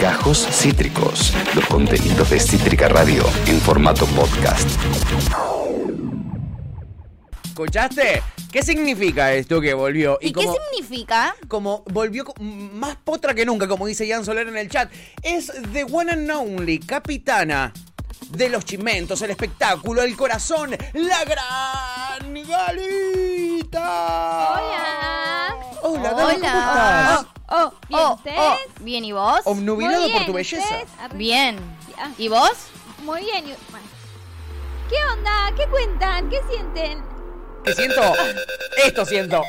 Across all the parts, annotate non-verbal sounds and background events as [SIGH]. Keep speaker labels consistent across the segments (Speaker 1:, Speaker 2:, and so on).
Speaker 1: Gajos Cítricos, los contenidos de Cítrica Radio en formato podcast.
Speaker 2: ¿Escuchaste? ¿Qué significa esto que volvió?
Speaker 3: ¿Y, qué
Speaker 2: como,
Speaker 3: significa?
Speaker 2: como volvió co- más potra que nunca, como dice Jan Soler en el chat, es The One and Only, capitana de los chimentos, el espectáculo, el corazón, la gran galita.
Speaker 4: Hola.
Speaker 2: Hola, Dani, ¿cómo
Speaker 3: Hola.
Speaker 2: estás?
Speaker 4: Oh,
Speaker 3: Bien,
Speaker 4: oh, oh.
Speaker 3: Bien, ¿y vos?
Speaker 2: Obnubilado
Speaker 4: Muy bien,
Speaker 2: por tu belleza.
Speaker 4: ¿ustedes? Arre-
Speaker 3: Bien.
Speaker 4: Ah,
Speaker 3: ¿Y vos?
Speaker 4: Muy bien. y- bueno. ¿Qué onda? ¿Qué cuentan? ¿Qué sienten?
Speaker 2: ¿Qué siento? Esto siento.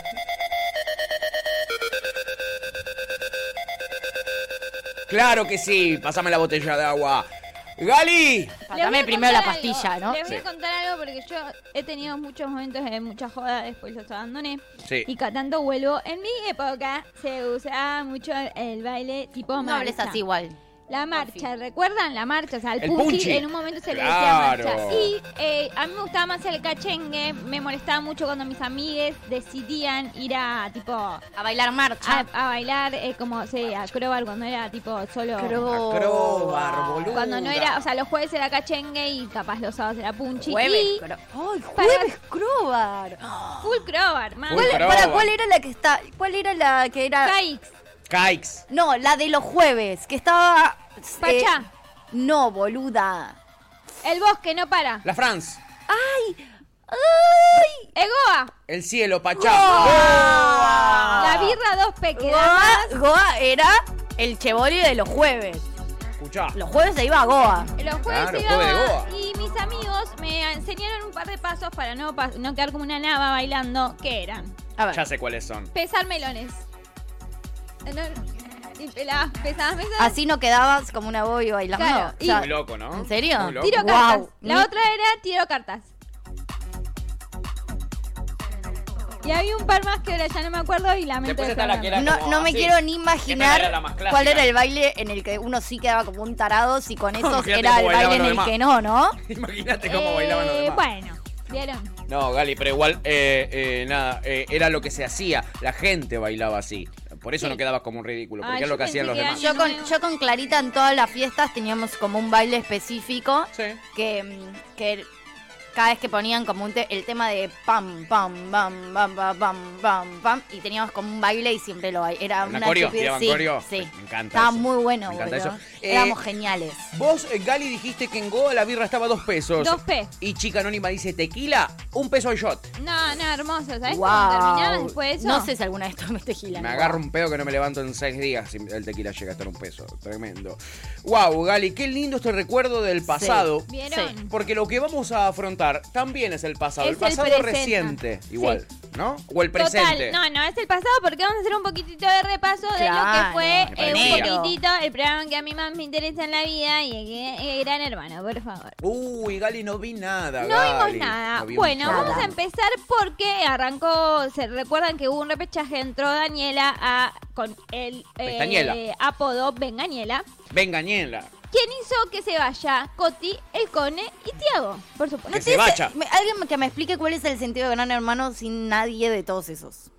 Speaker 2: Claro que sí, pásame la botella de agua. Gali,
Speaker 4: Les voy
Speaker 3: Faltame
Speaker 4: a
Speaker 3: primero la
Speaker 4: contar algo,
Speaker 3: pastilla, ¿no?
Speaker 4: Les voy
Speaker 2: Sí.
Speaker 4: a contar algo porque yo he tenido muchos momentos de mucha joda, después los abandoné.
Speaker 2: Sí.
Speaker 4: Y cantando vuelvo. En mi época se usaba mucho el baile tipo
Speaker 3: No hables
Speaker 4: marcha.
Speaker 3: así igual.
Speaker 4: La marcha, ¿recuerdan la marcha? O sea, el,
Speaker 2: El
Speaker 4: punchi,
Speaker 2: punchi.
Speaker 4: en un momento se
Speaker 2: Claro.
Speaker 4: le decía marcha. Y eh, a mí me gustaba más el cachengue, me molestaba mucho cuando mis amigues decidían ir a tipo a,
Speaker 3: A bailar marcha.
Speaker 4: a bailar eh, como se acrobar cuando era tipo solo
Speaker 2: Acrobar, boludo.
Speaker 4: cuando no era, o sea, los jueves era cachengue y capaz los sábados era punchi
Speaker 3: Jueves
Speaker 4: y
Speaker 3: cro- ¡Ay,
Speaker 4: Para-
Speaker 3: jueves crobar!
Speaker 4: full crobar, man.
Speaker 2: Full
Speaker 3: ¿Cuál,
Speaker 2: crobar.
Speaker 3: para, ¿Cuál era la que está? ¿Cuál era la que era?
Speaker 4: Caix.
Speaker 2: Caix.
Speaker 3: No, la de los jueves, que estaba. eh,
Speaker 4: Pachá.
Speaker 3: no, boluda.
Speaker 4: El bosque no para.
Speaker 2: La France.
Speaker 3: ¡Ay!
Speaker 4: Egoa.
Speaker 2: El cielo,
Speaker 3: Goa.
Speaker 2: Pachá.
Speaker 3: Ah.
Speaker 4: La birra dos pequedas.
Speaker 3: Goa, Goa era el chevoli de los jueves.
Speaker 2: Escuchá.
Speaker 3: Los jueves se iba a Goa.
Speaker 4: Los jueves
Speaker 2: Claro,
Speaker 4: iba
Speaker 2: jueves de Goa.
Speaker 4: y mis amigos me enseñaron un par de pasos para no, pa- no quedar como una nava bailando, que eran
Speaker 3: A ver.
Speaker 2: Ya sé cuáles son.
Speaker 4: pesar melones. Eh, no, y pelabas, pesabas, pesabas.
Speaker 3: Así no quedabas como una boy bailando.
Speaker 4: Claro,
Speaker 3: O sea,
Speaker 2: Muy loco, ¿no?
Speaker 3: ¿En serio?
Speaker 2: Muy loco.
Speaker 4: Tiro
Speaker 3: Wow.
Speaker 4: cartas. La
Speaker 3: Ni-
Speaker 4: otra era tiro cartas. Y había un par más que ahora ya no me acuerdo y lamento.
Speaker 2: Después está la que
Speaker 4: dejarlo.
Speaker 2: era
Speaker 3: no,
Speaker 2: como
Speaker 3: no me
Speaker 2: así.
Speaker 3: quiero ni
Speaker 2: Esta era la más
Speaker 3: imaginar
Speaker 2: clásica.
Speaker 3: cuál era el baile en el que uno sí quedaba como un tarado,
Speaker 2: [LAUGHS]
Speaker 3: si con esos
Speaker 2: Fíjate
Speaker 3: era el
Speaker 2: cómo
Speaker 3: baile
Speaker 2: bailaban
Speaker 3: en
Speaker 2: los
Speaker 3: el
Speaker 2: demás.
Speaker 3: que no, ¿no?
Speaker 2: [LAUGHS] Imagínate cómo
Speaker 4: Eh,
Speaker 2: bailaban los demás.
Speaker 4: Bueno, vieron.
Speaker 2: No, Gali, pero igual, eh, eh, nada, eh, era lo que se hacía. La gente bailaba así. Por eso no quedabas como un ridículo, porque
Speaker 4: Ay,
Speaker 2: era lo
Speaker 4: Ah, yo
Speaker 2: que hacían
Speaker 4: pensé
Speaker 2: los demás.
Speaker 4: que era-
Speaker 3: Yo con, yo con Clarita en todas las fiestas teníamos como un baile específico
Speaker 2: Sí.
Speaker 3: que, mm, que cada vez que ponían como un te- el tema de pam, pam, pam, pam, pam, pam, pam, pam, y teníamos como un baile y siempre lo bail- Era
Speaker 2: ¿Una
Speaker 3: una,
Speaker 2: coreo?
Speaker 3: estupidez-
Speaker 2: ¿Tiraban
Speaker 3: sí,
Speaker 2: coreo?
Speaker 3: sí.
Speaker 2: Me encanta
Speaker 3: Estaba
Speaker 2: eso.
Speaker 3: muy bueno,
Speaker 2: Me encanta
Speaker 3: boludo.
Speaker 2: eso. Eh,
Speaker 3: Éramos geniales.
Speaker 2: Vos, eh, Gali, dijiste que en Goa la birra estaba a dos pesos.
Speaker 4: Dos P.
Speaker 2: Y Chica Anónima dice tequila, un peso al shot.
Speaker 4: No, no, hermoso. ¿Sabes cómo terminaba
Speaker 3: Wow.
Speaker 4: después de eso?
Speaker 3: No sé si alguna vez tomé tequila.
Speaker 2: Me
Speaker 3: ¿no?
Speaker 2: agarro un pedo que no me levanto en seis días si el tequila llega a estar un peso. Tremendo. Wow, Gali, qué lindo este recuerdo del pasado.
Speaker 3: Sí.
Speaker 4: ¿Vieron?
Speaker 3: Sí.
Speaker 2: Porque lo que vamos a afrontar también es el pasado.
Speaker 4: Es
Speaker 2: el pasado
Speaker 4: el presente.
Speaker 2: reciente, igual,
Speaker 4: Sí.
Speaker 2: ¿no? O el
Speaker 4: Total,
Speaker 2: presente.
Speaker 4: no, no, es el pasado porque vamos a hacer un poquitito de repaso de lo
Speaker 3: Claro,
Speaker 4: que fue
Speaker 2: de
Speaker 4: eh,
Speaker 3: enero.
Speaker 4: un poquitito el programa que a mí más me interesa en la vida y que eh, Gran Hermano, por favor.
Speaker 2: Uy, Gali, no vi nada.
Speaker 4: No
Speaker 2: Gali.
Speaker 4: vimos nada.
Speaker 2: No vimos
Speaker 4: bueno,
Speaker 2: nada.
Speaker 4: vamos a em- empezar porque arrancó, se recuerdan que hubo un repechaje, entró Daniela a, con el eh,
Speaker 2: Pestañela.
Speaker 4: apodo Vengañela,
Speaker 2: Venga, Ñela.
Speaker 4: quien hizo que se vaya Coti, el Cone y Tiago, por
Speaker 2: Que
Speaker 4: supuesto.
Speaker 2: se vaya.
Speaker 3: Me- Alguien que me explique cuál es el sentido de Gran Hermano sin nadie de todos esos.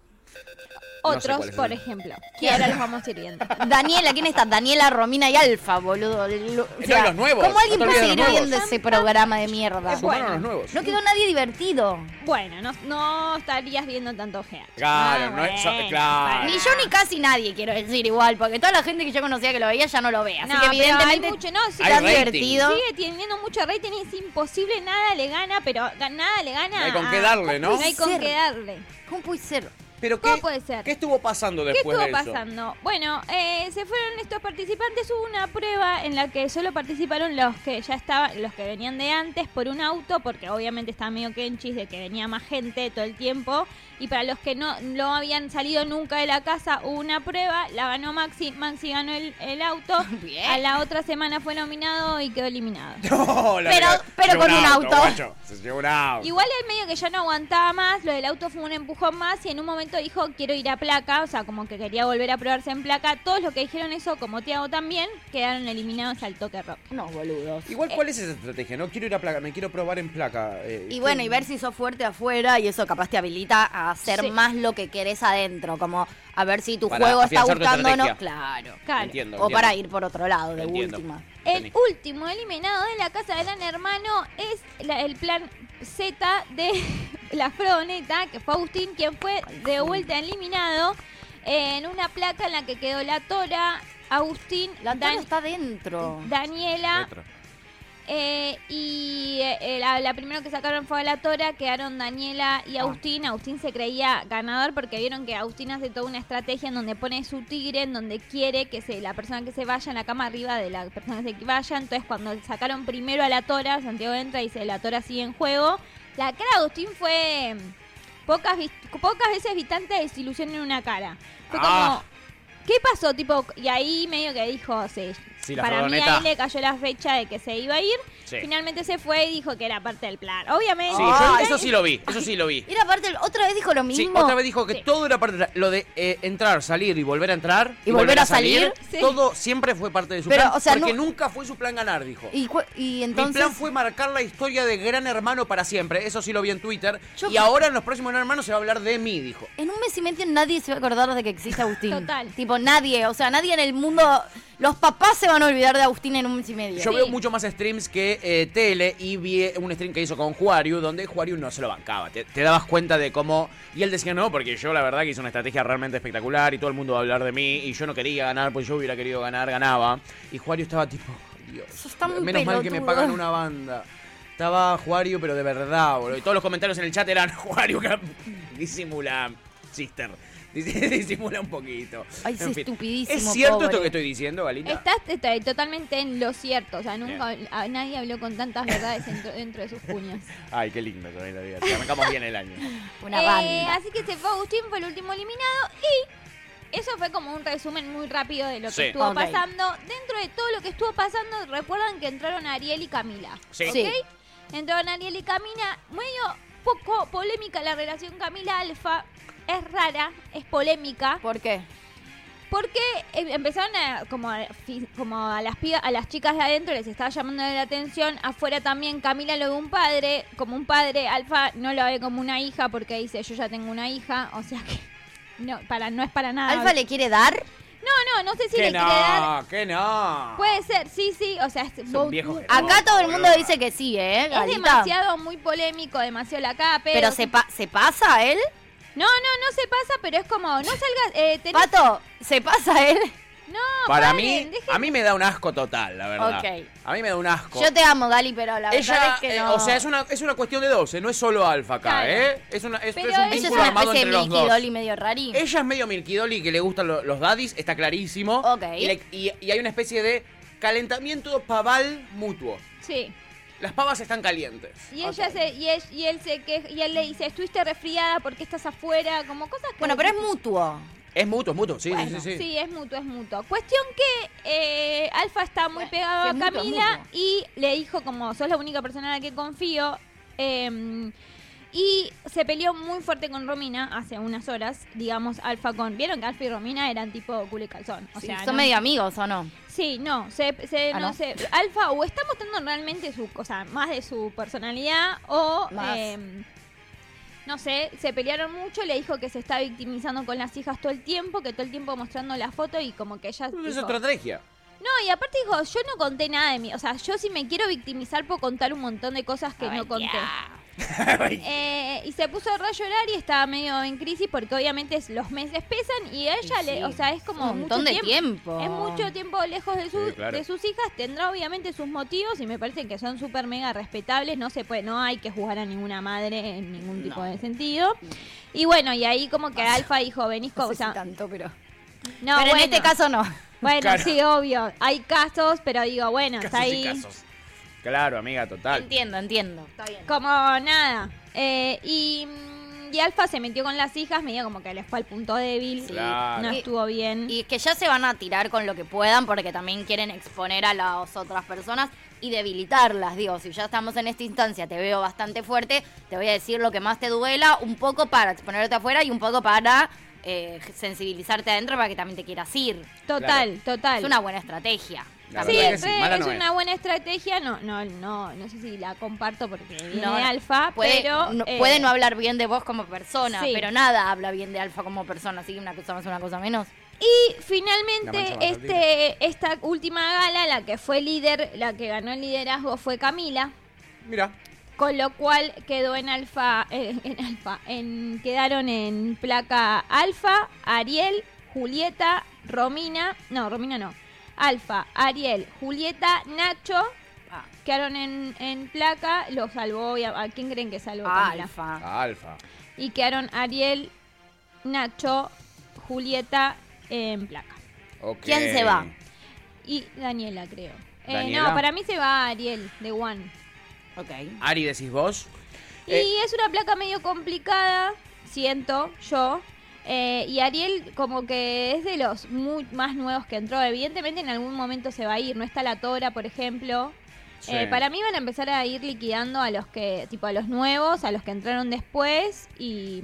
Speaker 2: No sé
Speaker 4: Otros,
Speaker 2: cuál es
Speaker 4: por
Speaker 2: el-
Speaker 4: ejemplo, que ahora los vamos a ir
Speaker 2: [LAUGHS]
Speaker 4: viendo.
Speaker 3: Daniela, ¿quién está? Daniela, Romina y Alfa, boludo. Lo- o
Speaker 2: No, y los nuevos,
Speaker 3: ¿Cómo alguien
Speaker 2: no te olvides de
Speaker 3: puede seguir
Speaker 2: los
Speaker 3: viendo
Speaker 2: nuevos.
Speaker 3: ese programa de mierda?
Speaker 2: Sumaron
Speaker 4: bueno.
Speaker 2: a los nuevos.
Speaker 3: No quedó nadie divertido.
Speaker 4: Bueno, no, no estarías viendo tanto GH.
Speaker 2: Claro,
Speaker 4: Ah,
Speaker 2: no es-
Speaker 4: bueno,
Speaker 2: claro.
Speaker 3: Ni
Speaker 4: bueno.
Speaker 3: yo ni casi nadie, quiero decir, igual, porque toda la gente que yo conocía que lo veía ya no lo ve. Así
Speaker 4: No,
Speaker 3: que
Speaker 4: pero
Speaker 3: evidentemente
Speaker 4: hay mucho, no, sí,
Speaker 2: Hay
Speaker 3: tan
Speaker 2: rating.
Speaker 3: divertido.
Speaker 4: Sigue teniendo mucho rating, es imposible, nada le gana, pero nada le gana.
Speaker 2: No hay con
Speaker 4: a-
Speaker 2: qué darle, ¿no?
Speaker 4: No hay con
Speaker 3: Ser.
Speaker 4: qué darle.
Speaker 3: ¿Cómo puede ser?
Speaker 2: Pero
Speaker 4: ¿Cómo
Speaker 2: qué,
Speaker 4: puede ser?
Speaker 2: ¿Qué estuvo pasando
Speaker 4: ¿Qué
Speaker 2: después
Speaker 4: estuvo
Speaker 2: de eso?
Speaker 4: pasando? Bueno, eh, se fueron estos participantes, hubo una prueba en la que solo participaron los que ya estaban, los que venían de antes por un auto, porque obviamente estaba medio kenchis de que venía más gente todo el tiempo, y para los que no, no habían salido nunca de la casa, hubo una prueba, la ganó Maxi, Maxi ganó el, el auto,
Speaker 3: Bien.
Speaker 4: a la otra semana fue nominado y quedó eliminado.
Speaker 2: No, la
Speaker 3: Pero-
Speaker 2: verdad,
Speaker 3: pero
Speaker 2: se
Speaker 3: con
Speaker 2: llevó
Speaker 3: un auto.
Speaker 2: guacho. Se llevó un auto.
Speaker 4: Igual el medio que ya no aguantaba más, lo del auto fue un empujón más y en un momento momento dijo, quiero ir a placa, o sea, como que quería volver a probarse en placa. Todos los que dijeron eso, como Tiago también, quedaron eliminados al toque rock.
Speaker 3: Unos boludos.
Speaker 5: Igual, ¿cuál es esa estrategia? No quiero ir a placa, me quiero probar en placa. eh,
Speaker 3: Y bueno, y ver si sos fuerte afuera y eso capaz te habilita a hacer
Speaker 4: Sí.
Speaker 3: más lo que querés adentro, como a ver si tu
Speaker 5: Para
Speaker 3: juego está
Speaker 5: afianzar tu
Speaker 3: gustando o no.
Speaker 5: estrategia.
Speaker 3: Claro.
Speaker 4: Claro.
Speaker 5: Entiendo,
Speaker 3: O
Speaker 5: entiendo.
Speaker 3: para ir por otro lado, de
Speaker 5: Entiendo.
Speaker 3: última.
Speaker 4: El
Speaker 5: Tení.
Speaker 4: último eliminado de la casa de Gran Hermano es la- el plan Z de [LAUGHS] la Froneta, que fue Agustín quien fue de vuelta eliminado en una placa en la que quedó la Tora, Agustín,
Speaker 3: La
Speaker 4: Dan-
Speaker 3: Antonio está dentro.
Speaker 4: Daniela
Speaker 2: Otra.
Speaker 4: eh, y eh, la, la primera que sacaron fue a la Tora, quedaron Daniela
Speaker 2: Ah.
Speaker 4: y Agustín. Agustín se creía ganador porque vieron que Agustín hace toda una estrategia en donde pone su tigre, en donde quiere que se, la persona que se vaya en la cama arriba de la persona que se vaya. Entonces cuando sacaron primero a la Tora, Santiago entra y dice, la Tora sigue en juego. La cara de Agustín fue mm, pocas, vis- pocas veces vi tanta desilusión en una cara. Fue como...
Speaker 5: Ah.
Speaker 4: ¿Qué pasó? Tipo, y ahí medio que dijo, se,
Speaker 2: Sí, la
Speaker 4: para mí
Speaker 2: furgoneta.
Speaker 4: ahí le cayó la fecha de que se iba a ir.
Speaker 2: Sí.
Speaker 4: Finalmente se fue y dijo que era parte del plan. Obviamente.
Speaker 2: Sí,
Speaker 3: Ay.
Speaker 2: yo- eso sí lo vi, eso sí lo vi.
Speaker 3: Y la parte, otra vez dijo lo
Speaker 2: Sí,
Speaker 3: mismo.
Speaker 2: otra vez dijo que
Speaker 4: Sí.
Speaker 2: todo era parte de lo de eh, entrar, salir y volver a entrar
Speaker 3: Y volver a salir,
Speaker 4: sí.
Speaker 2: Todo siempre fue parte de su
Speaker 3: Pero,
Speaker 2: plan,
Speaker 3: o sea,
Speaker 2: porque
Speaker 3: no-
Speaker 2: nunca fue su plan ganar, dijo.
Speaker 3: y, cu- y entonces.
Speaker 2: Mi plan fue marcar la historia de Gran Hermano para siempre, eso sí lo vi en Twitter.
Speaker 3: Yo-
Speaker 2: Y ahora en los próximos Gran Hermanos se va a hablar de mí, dijo.
Speaker 3: En un mes y medio nadie se va a acordar de que existe Agustín.
Speaker 4: Total.
Speaker 3: Tipo, nadie. O sea, nadie en el mundo. Los papás se van a olvidar de Agustín en un mes y medio.
Speaker 2: Yo
Speaker 4: Sí.
Speaker 2: veo mucho más streams que eh, tele y vi un stream que hizo con Juariu, donde Juariu no se lo bancaba. Te, te dabas cuenta de cómo. Y él decía, no, porque yo la verdad que hice una estrategia realmente espectacular y todo el mundo va a hablar de mí y yo no quería ganar, pues yo hubiera querido ganar, ganaba. Y Juariu estaba tipo, Dios.
Speaker 3: Sos tan
Speaker 2: menos mal que me
Speaker 3: pelotudo.
Speaker 2: pagan una banda. Estaba Juario, pero de verdad, boludo. Y todos los comentarios en el chat eran [LAUGHS] Juario, que- disimula, sister. Dis- [LAUGHS] Disimula un poquito.
Speaker 3: Ay, es
Speaker 2: En fin.
Speaker 3: estupidísimo,
Speaker 2: ¿Es cierto
Speaker 3: pobre.
Speaker 2: esto que estoy diciendo, Galita?
Speaker 4: Estás está totalmente en lo cierto. O sea, nunca a- nadie habló con tantas verdades dentro, dentro de sus puños.
Speaker 2: Ay, qué lindo que la vida. Arrancamos bien el año.
Speaker 3: [LAUGHS] Una
Speaker 4: Eh,
Speaker 3: banda.
Speaker 4: Así que se fue Agustín, fue el último eliminado y eso fue como un resumen muy rápido de lo que
Speaker 2: Sí.
Speaker 4: estuvo
Speaker 3: Ok.
Speaker 4: pasando. Dentro de todo lo que estuvo pasando, recuerdan que entraron Ariel y Camila.
Speaker 2: Sí.
Speaker 4: ¿ok?
Speaker 3: Sí.
Speaker 4: Entraron Ariel y Camila, medio poco polémica la relación Camila-Alfa. Es rara, es polémica.
Speaker 3: ¿Por qué?
Speaker 4: Porque eh, empezaron a, como, a, fi- como a las pibas- a las chicas de adentro les estaba llamando la atención, afuera también Camila lo ve un padre, como un padre, Alfa no lo ve como una hija porque dice yo ya tengo una hija, o sea que [LAUGHS] no, para, no es para nada.
Speaker 3: ¿Alfa le quiere dar?
Speaker 4: No, no, no sé si
Speaker 2: que
Speaker 4: le quiere dar.
Speaker 2: no, que no.
Speaker 4: Puede ser, sí, sí, o sea, es,
Speaker 2: un
Speaker 4: bo-
Speaker 2: viejo
Speaker 4: es
Speaker 2: No,
Speaker 3: Acá todo el mundo
Speaker 2: boluda.
Speaker 3: dice que sí, ¿eh? Galita?
Speaker 4: demasiado muy polémico, demasiado la capa.
Speaker 3: Pero se, pa- ¿se pasa él?
Speaker 4: No, no, no se pasa, pero es como, no salgas, eh, tenés-
Speaker 3: Pato, ¿se pasa él?
Speaker 4: No,
Speaker 2: Para
Speaker 4: paren,
Speaker 2: mí,
Speaker 4: dejen-
Speaker 2: a mí me da un asco total, la verdad.
Speaker 3: Ok.
Speaker 2: A mí me da un asco.
Speaker 3: Yo te amo, Gali, pero la
Speaker 2: Ella,
Speaker 3: verdad es que
Speaker 2: eh,
Speaker 3: no.
Speaker 2: o sea, es una, es una cuestión de 12, no es solo alfa acá,
Speaker 4: Claro.
Speaker 2: ¿eh? Es, una, esto
Speaker 4: Pero
Speaker 2: es un
Speaker 3: Ella
Speaker 4: ella
Speaker 3: es
Speaker 2: vínculo
Speaker 3: una
Speaker 2: armado
Speaker 3: especie
Speaker 2: entre
Speaker 3: de
Speaker 2: los
Speaker 3: Milky
Speaker 2: dos.
Speaker 3: Dolly medio rarí.
Speaker 2: Ella es medio milquidoli que le gustan lo- los daddies, está clarísimo.
Speaker 3: Ok.
Speaker 2: Y, le- y- y hay una especie de calentamiento paval mutuo.
Speaker 4: Sí.
Speaker 2: Las pavas están calientes.
Speaker 4: Y ella se, y, él, y él se queja, y él le dice, estuviste resfriada porque estás afuera, como cosas que.
Speaker 3: Bueno, pero es mutuo.
Speaker 2: Es mutuo, es mutuo, sí, sí,
Speaker 4: Bueno,
Speaker 2: sí, sí.
Speaker 4: es mutuo, es mutuo. Cuestión que eh, Alfa está muy
Speaker 3: Bueno,
Speaker 4: pegado
Speaker 3: si
Speaker 4: a
Speaker 3: es mutuo, es
Speaker 4: Camila
Speaker 3: mutuo.
Speaker 4: y le dijo como, sos la única persona en la que confío. eh, y se peleó muy fuerte con Romina hace unas horas, digamos, Alfa con... Vieron que Alfa y Romina eran tipo culo y calzón. O
Speaker 3: Sí,
Speaker 4: sea,
Speaker 3: ¿Son
Speaker 4: no-
Speaker 3: medio amigos o no?
Speaker 4: Sí, no, se, se-
Speaker 3: Ah,
Speaker 4: no,
Speaker 3: ¿no?
Speaker 4: sé. Alfa o está mostrando realmente su, o sea, más de su personalidad o
Speaker 3: Más.
Speaker 4: eh, no sé, se pelearon mucho, le dijo que se está victimizando con las hijas todo el tiempo, que todo el tiempo mostrando la foto y como que ella
Speaker 2: Es
Speaker 4: dijo-
Speaker 2: otra estrategia.
Speaker 4: No, y aparte dijo, yo no conté nada de mí, o sea, yo si me quiero victimizar puedo contar un montón de cosas que no conté. Eh, y se puso a re llorar y estaba medio en crisis porque obviamente es- los meses pesan y a ella
Speaker 3: Y sí,
Speaker 4: le, o sea, es como
Speaker 3: un montón
Speaker 4: mucho
Speaker 3: de tiempo.
Speaker 4: Es mucho tiempo lejos de, su-
Speaker 2: Sí, claro.
Speaker 4: de sus hijas, tendrá obviamente sus motivos y me parece que son súper mega respetables, no se puede, no hay que juzgar a ninguna madre en ningún tipo de sentido. Y bueno, y ahí como que Alfa dijo, venís con,
Speaker 3: No sé
Speaker 4: o sea,
Speaker 3: si tanto, pero... pero
Speaker 4: no, bueno,
Speaker 3: en este caso no.
Speaker 4: bueno,
Speaker 2: Claro.
Speaker 4: sí, obvio, hay casos, pero digo, bueno, está
Speaker 2: Casos y
Speaker 4: ahí
Speaker 2: casos. Claro, amiga, total.
Speaker 3: Entiendo, entiendo. Está bien.
Speaker 4: como nada. Eh, y mm, y Alfa se metió con las hijas, medio como que les fue al punto débil.
Speaker 3: Sí.
Speaker 2: Claro.
Speaker 4: No
Speaker 3: Y-
Speaker 4: estuvo bien.
Speaker 3: Y que ya se van a tirar con lo que puedan porque también quieren exponer a las otras personas y debilitarlas. Digo, si ya estamos en esta instancia, te veo bastante fuerte, te voy a decir lo que más te duela, un poco para exponerte afuera y un poco para eh, sensibilizarte adentro para que también te quieras ir.
Speaker 4: total, total.
Speaker 3: Es una buena estrategia.
Speaker 2: La
Speaker 4: Sí,
Speaker 2: verdad que sí,
Speaker 4: re,
Speaker 2: mala
Speaker 4: es
Speaker 2: no es.
Speaker 4: una buena estrategia. No, no, no, no sé si la comparto porque viene
Speaker 3: No,
Speaker 4: alfa,
Speaker 3: Puede,
Speaker 4: pero
Speaker 3: no,
Speaker 4: eh,
Speaker 3: puede no hablar bien de vos como persona,
Speaker 4: sí.
Speaker 3: pero nada habla bien de Alfa como persona, así que una cosa más, una cosa menos.
Speaker 4: Y
Speaker 2: La mancha
Speaker 4: finalmente,
Speaker 2: más
Speaker 4: este, esta última gala, la que fue líder, la que ganó el liderazgo fue Camila,
Speaker 2: Mira.
Speaker 4: con lo cual quedó en alfa, [LAUGHS] eh, en alfa, en, quedaron en placa alfa, Ariel, Julieta, Romina, no, Romina no, alfa, Ariel, Julieta, Nacho,
Speaker 3: Ah,
Speaker 4: quedaron en, en placa, lo salvó, y a, ¿a quién creen que salvó Camila?
Speaker 3: Alfa.
Speaker 2: Alfa.
Speaker 4: Y quedaron Ariel, Nacho, Julieta en placa.
Speaker 2: Ok.
Speaker 3: ¿Quién se va?
Speaker 4: Y Daniela, creo. Eh,
Speaker 2: ¿Daniela?
Speaker 4: no, para mí se va Ariel, de One.
Speaker 3: Ok.
Speaker 2: Ari, decís vos. Eh,
Speaker 3: eh,
Speaker 4: Y es una placa medio complicada, siento yo. Eh, y Ariel como que es de los muy, más nuevos que entró. Evidentemente en algún momento se va a ir. No está la Tora, por ejemplo.
Speaker 2: Sí.
Speaker 4: Eh, para mí van a empezar a ir liquidando a los que, tipo a los nuevos, a los que entraron después y,